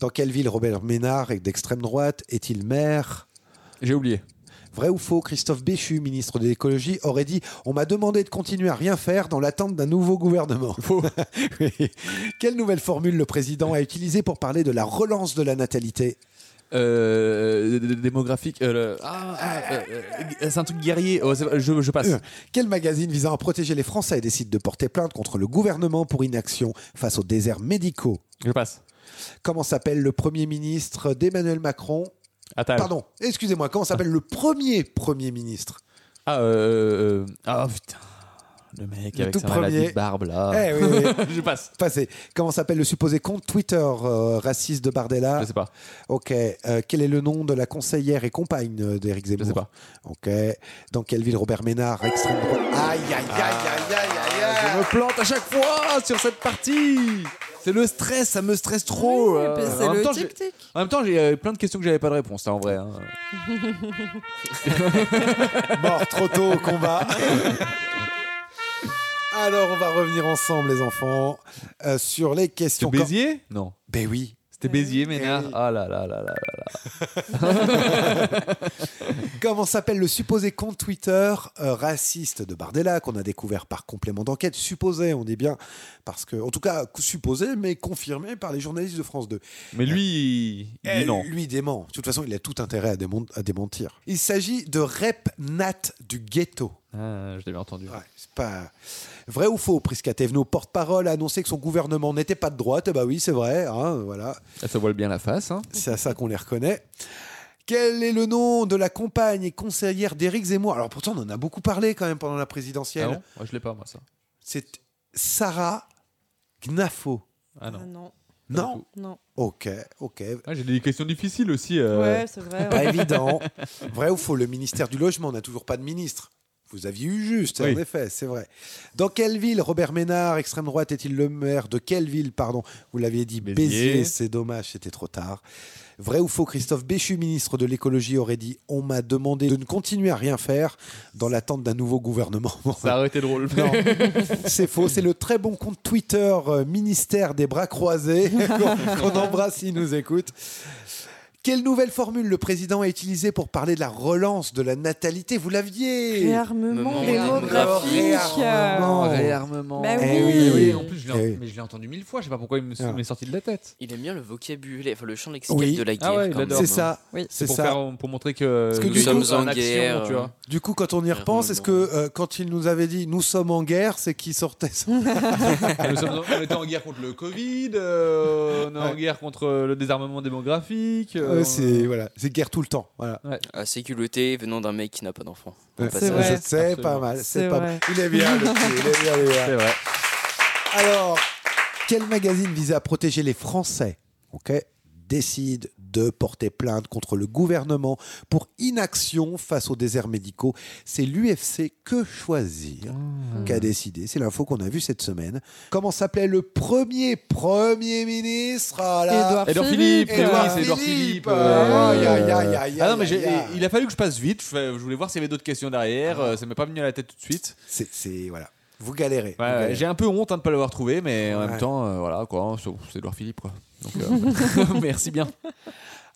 Dans quelle ville Robert Ménard est d'extrême droite Est-il maire
J'ai oublié.
Vrai ou faux Christophe Béchu, ministre de l'écologie, aurait dit On m'a demandé de continuer à rien faire dans l'attente d'un nouveau gouvernement.
Faux.
Quelle nouvelle formule le président a utilisée pour parler de la relance de la natalité
Euh, d- d- démographique. euh, le- ah, ah, euh, euh, c'est un truc guerrier. Oh, c'est- je, je passe.
Euh, Quel magazine visant à protéger les Français décide de porter plainte contre le gouvernement pour inaction face aux déserts médicaux
Je passe.
Comment s'appelle le Premier ministre d'Emmanuel Macron
Attal.
Pardon, excusez-moi, comment s'appelle le premier Premier ministre
Ah, euh, euh, ah, putain. Le mec
Le
avec
tout
sa maladie
premier.
de barbe là.
Eh oui, oui, oui.
je passe.
Passé. Comment s'appelle le supposé compte Twitter euh, raciste de Bardella Je sais
pas.
Ok. Euh, quel est le nom de la conseillère et compagne euh, d'Éric Zemmour Je sais pas. Ok. Dans quelle ville Robert Ménard, extrême droite Aïe, aïe, aïe, aïe, aïe, aïe,
Ah, Je me plante à chaque fois sur cette partie. C'est le stress, ça me stresse trop. Oui, euh. mais c'est en, le même temps, j'ai- en même temps, j'ai euh, plein de questions que j'avais pas de réponse là, en vrai. hein.
Mort trop tôt au combat. Alors, on va revenir ensemble, les enfants, euh, sur les questions.
C'était Béziers Non.
Ben oui.
C'était Bézier, Ménard. Ah là là là là là là.
Comment s'appelle le supposé compte Twitter euh, raciste de Bardella qu'on a découvert par complément d'enquête Supposé, on dit bien, parce que, en tout cas, supposé, mais confirmé par les journalistes de France 2.
Mais lui, il
Eh,
dit non.
Lui dément. De toute façon, il a tout intérêt à, démon- à démentir. Il s'agit de Rep Nat du ghetto.
Ah, je l'avais entendu.
C'est pas vrai ou faux. Prisca Thévenot, porte-parole, a annoncé que son gouvernement n'était pas de droite. Eh bah oui, c'est vrai. hein, voilà.
Elle se voile bien la face. hein.
C'est à ça qu'on les reconnaît. Quel est le nom de la compagne et conseillère d'Éric Zemmour Alors pourtant, on en a beaucoup parlé quand même pendant la
Ah
présidentielle.
bon Ouais, Je l'ai pas, moi, ça.
C'est Sarah Gnafo.
Ah non.
Non.
Non.
Non.
Ok, ok.
Ah, j'ai des questions difficiles aussi. euh.
Ouais, c'est vrai.
Pas
ouais.
évident. Vrai ou faux Le ministère du Logement n'a toujours pas de ministre. Vous aviez eu juste,
Oui.
en effet, c'est vrai. Dans quelle ville Robert Ménard, extrême droite, est-il le maire De quelle ville, pardon Vous l'aviez dit, Béziers.
Béziers.
C'est dommage, c'était trop tard. Vrai ou faux Christophe Béchu, ministre de l'écologie, aurait dit On m'a demandé de ne continuer à rien faire dans l'attente d'un nouveau gouvernement.
Ça aurait été drôle.
Non, c'est faux. C'est le très bon compte Twitter euh, ministère des bras croisés qu'on qu'on embrasse s'il nous écoute. Quelle nouvelle formule le président a utilisée pour parler de la relance de la natalité Vous l'aviez Oh,
Réarmement
démographique.
Réarmement. Réarmement.
Réarmement. Bah
Eh
oui.
oui, oui, En plus, je l'ai,
Eh oui.
Oh.
Ah.
mais je l'ai entendu mille fois. Je sais pas pourquoi il me il m'est sorti de la tête.
Il aime bien le vocabulaire, enfin le champ lexical
Oui,
de la guerre. quand même,
c'est
hein.
ça.
C'est
C'est
pour,
ça.
faire- euh, pour montrer que
Parce que
nous
du
sommes
coup,
en
en action,
guerre.
tu vois.
Du coup, quand on y repense, est-ce que euh, quand il nous avait dit nous sommes en guerre, c'est qu'il sortait ça
Nous sommes- on était en guerre contre le Covid, euh, on est en guerre contre le désarmement démographique. euh,
Euh, C'est voilà, c'est guerre tout le temps. Voilà.
Ah, c'est culotté venant d'un mec qui n'a pas d'enfant. Au
Ouais,
passage.
je sais, pas mal. Ah, C'est pas mal. Il est bien, le petit, il est bien, il est bien.
C'est vrai.
Alors, quel magazine visait à protéger les Français Ok, décide de porter plainte contre le gouvernement pour inaction face aux déserts médicaux. C'est l'UFC que choisir
Ah.
qui a décidé. C'est l'info qu'on a vue cette semaine. Comment s'appelait le premier Premier ministre Ah là-
Edouard Édouard Philippe, Philippe,
Édouard
oui, c'est Édouard
Philippe.
Philippe. euh,
Ah, aïe, aïe, aïe, aïe,
Ah non, mais
aïe,
j'ai-
aïe, Ah. aïe.
il a fallu que je passe vite. Je je voulais voir s'il y avait d'autres questions derrière. euh, Ça m'est pas venu à la tête tout de suite.
C'est voilà. Vous galérez.
Ouais,
galérez.
J'ai un peu honte hein, de ne pas l'avoir trouvé, mais en
Ouais.
même temps, euh, voilà quoi, c'est- c'est Edouard Philippe quoi. Donc, euh, merci bien.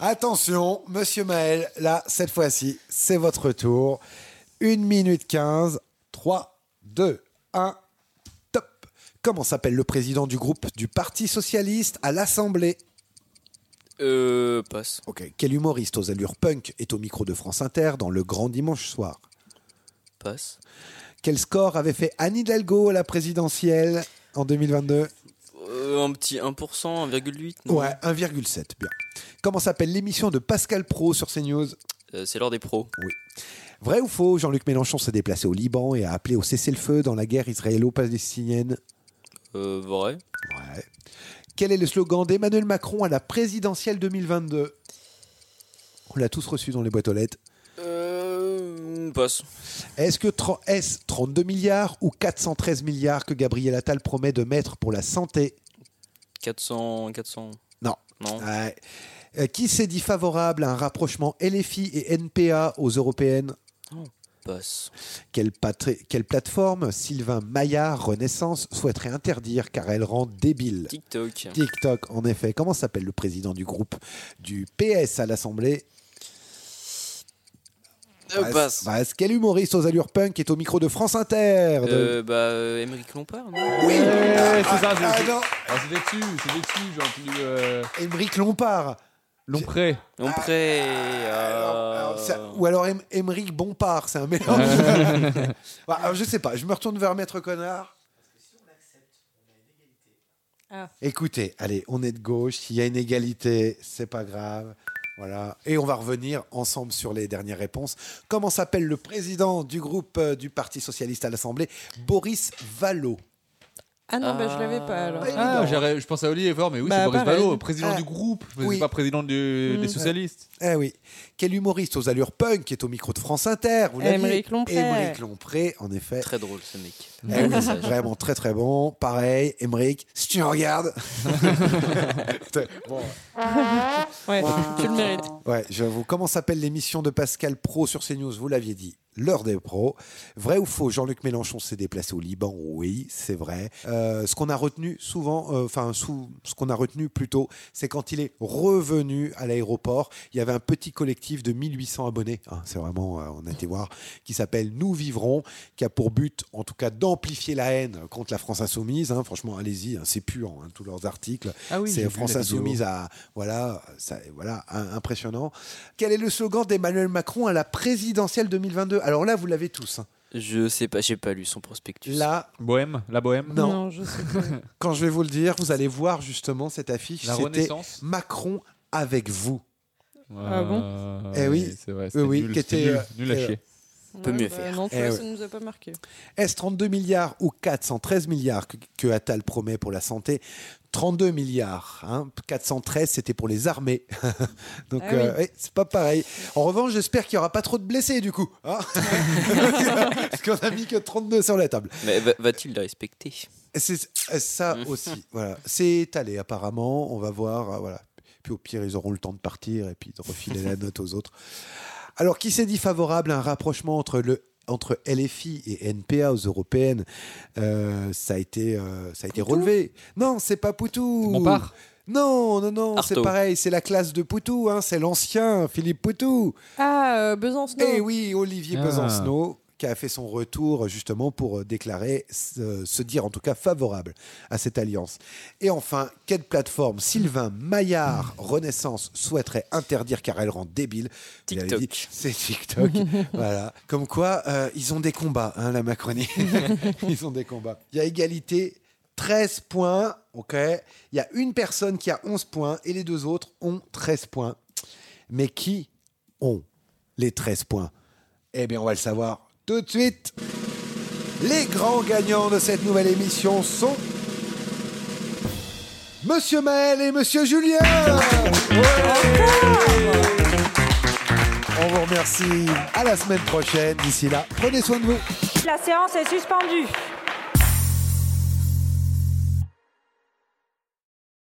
Attention, monsieur Maël, là, cette fois-ci, c'est votre tour. 1 minute 15, 3, 2, 1, top. Comment s'appelle le président du groupe du Parti Socialiste à l'Assemblée
Euh, passe.
Ok. Quel humoriste aux allures punk est au micro de France Inter dans Le Grand Dimanche Soir
Passe.
Quel score avait fait Anne Hidalgo à la présidentielle en 2022
Euh, un petit 1%, 1,8. non
Ouais, 1,7, bien. Comment s'appelle l'émission de Pascal Pro sur CNews
Euh, c'est l'heure des pros.
Oui. Vrai ou faux, Jean-Luc Mélenchon s'est déplacé au Liban et a appelé au cessez-le-feu dans la guerre israélo-palestinienne.
Euh, vrai.
Ouais. Quel est le slogan d'Emmanuel Macron à la présidentielle 2022 On l'a tous reçu dans les boîtes aux lettres.
Euh, passe.
Est-ce que tro- est-ce 32 milliards ou 413 milliards que Gabriel Attal promet de mettre pour la santé
400, 400.
Non. Ah.
Non.
Ouais. Euh, Qui s'est dit favorable à un rapprochement LFI et NPA aux européennes
Passe.
Quelle, patri- quelle plateforme Sylvain Maillard Renaissance souhaiterait interdire car elle rend débile
TikTok.
TikTok, en effet. Comment s'appelle le président du groupe du PS à l'Assemblée
Euh,
Vas-
passe.
Vas- Quel humoriste aux allures punk est au micro de France Inter de-
Euh, bah, euh, Émeric Lompard, non
Oui
Ouais, Eh, c'est ça,
ah,
c'est
ah,
c'est-
non.
Ah, c'est vêtu, c'est vêtu, j'ai entendu. Euh...
Émeric Lompard.
Lompré.
Lompré. euh,
Ça- ou Ah, alors Em- Émeric Bompard, c'est un mélange. Bah, alors, je sais pas, je me retourne vers Maître Connard.
Ah.
Écoutez, allez, on est de gauche, s'il y a une égalité, c'est pas grave. Voilà. Et on va revenir ensemble sur les dernières réponses. Comment s'appelle le président du groupe euh, du Parti Socialiste à l'Assemblée Boris Vallaud.
Ah non, bah, je l'avais pas alors.
Ah, j'aurais- je pensais à Olivier Faure, mais oui,
Bah,
c'est Boris
pareil.
Vallaud, président
Ah.
du groupe, mais
Oui.
c'est pas président du-
Mm.
des socialistes.
Eh oui. Quel humoriste aux allures punk qui est au micro de France Inter vous l'aviez
Eh, Émeric Lompré.
Émeric Lompré, en effet.
Très drôle ce mec.
Eh oui, c'est vraiment très très bon. Pareil, Emmerich, si tu me regardes. Bon,
ouais, tu le mérites.
ouais, j'avoue. Comment s'appelle l'émission de Pascal Pro sur CNews Vous l'aviez dit. L'heure des pros. Vrai ou faux Jean-Luc Mélenchon s'est déplacé au Liban. Oui, c'est vrai. Euh, ce qu'on a retenu souvent, euh, enfin sous- ce qu'on a retenu plutôt, c'est quand il est revenu à l'aéroport, il y avait un petit collectif de 1800 abonnés. hein, c'est vraiment, euh, on a été voir, qui s'appelle Nous vivrons, qui a pour but, en tout cas, d'amplifier la haine contre la France insoumise. hein. franchement, allez-y, hein, c'est puant, hein, tous leurs articles.
Ah oui, j'ai
c'est
vu
France
la vidéo.
insoumise à voilà, ça, voilà, un- impressionnant. Quel est le slogan d'Emmanuel Macron à la présidentielle 2022 Alors là, vous l'avez tous. hein.
Je sais pas, j'ai pas lu son prospectus.
Là,
Bohème, la bohème.
non. Quand je vais vous le dire, vous allez voir justement cette affiche.
La
C'était
Renaissance
Macron avec vous.
Ah bon
Eh oui,
C'est vrai,
Eh
c'était
oui,
nul,
qui
c'était
était,
nul,
euh,
nul à
euh,
chier.
Peut mieux
Bah,
faire.
non, tu
Eh
vois,
ouais.
ça nous a pas marqué.
Est-ce 32 milliards ou 413 milliards que, que Attal promet pour la santé 32 milliards. hein. 413, c'était pour les armées. Donc,
Ah oui.
euh, ouais, c'est pas pareil. En revanche, j'espère qu'il n'y aura pas trop de blessés, du coup. hein. Parce qu'on a mis que 32 sur la table.
Mais va- va-t-il la respecter
C'est euh, ça aussi. voilà. C'est étalé, apparemment. On va voir. euh, Voilà. Puis au pire, ils auront le temps de partir et puis de refiler la note aux autres. Alors, qui s'est dit favorable à un rapprochement entre le entre LFI et NPA aux européennes, euh, ça a été, euh, ça a été relevé. Non, c'est pas Poutou.
Bompard
Non, non, non, c'est
Artaud.
pareil, c'est la classe de Poutou, hein, c'est l'ancien Philippe Poutou.
Ah, euh, Besancenot.
Eh oui, Olivier
Ah.
Besancenot qui a fait son retour justement pour euh, déclarer euh, se dire en tout cas favorable à cette alliance. Et enfin, quelle plateforme Sylvain Maillard Renaissance souhaiterait interdire car elle rend débile Vous l'avez
TikTok.
dit, C'est TikTok. voilà. Comme quoi, euh, ils ont des combats, hein, la Macronie. ils ont des combats. Il y a égalité, 13 points. Ok. Il y a une personne qui a 11 points et les deux autres ont 13 points. Mais qui ont les 13 points Eh bien, on va le savoir tout de suite. Les grands gagnants de cette nouvelle émission sont Monsieur Maël et Monsieur Julien On vous remercie. À la semaine prochaine. D'ici là, prenez soin de vous.
La séance est suspendue.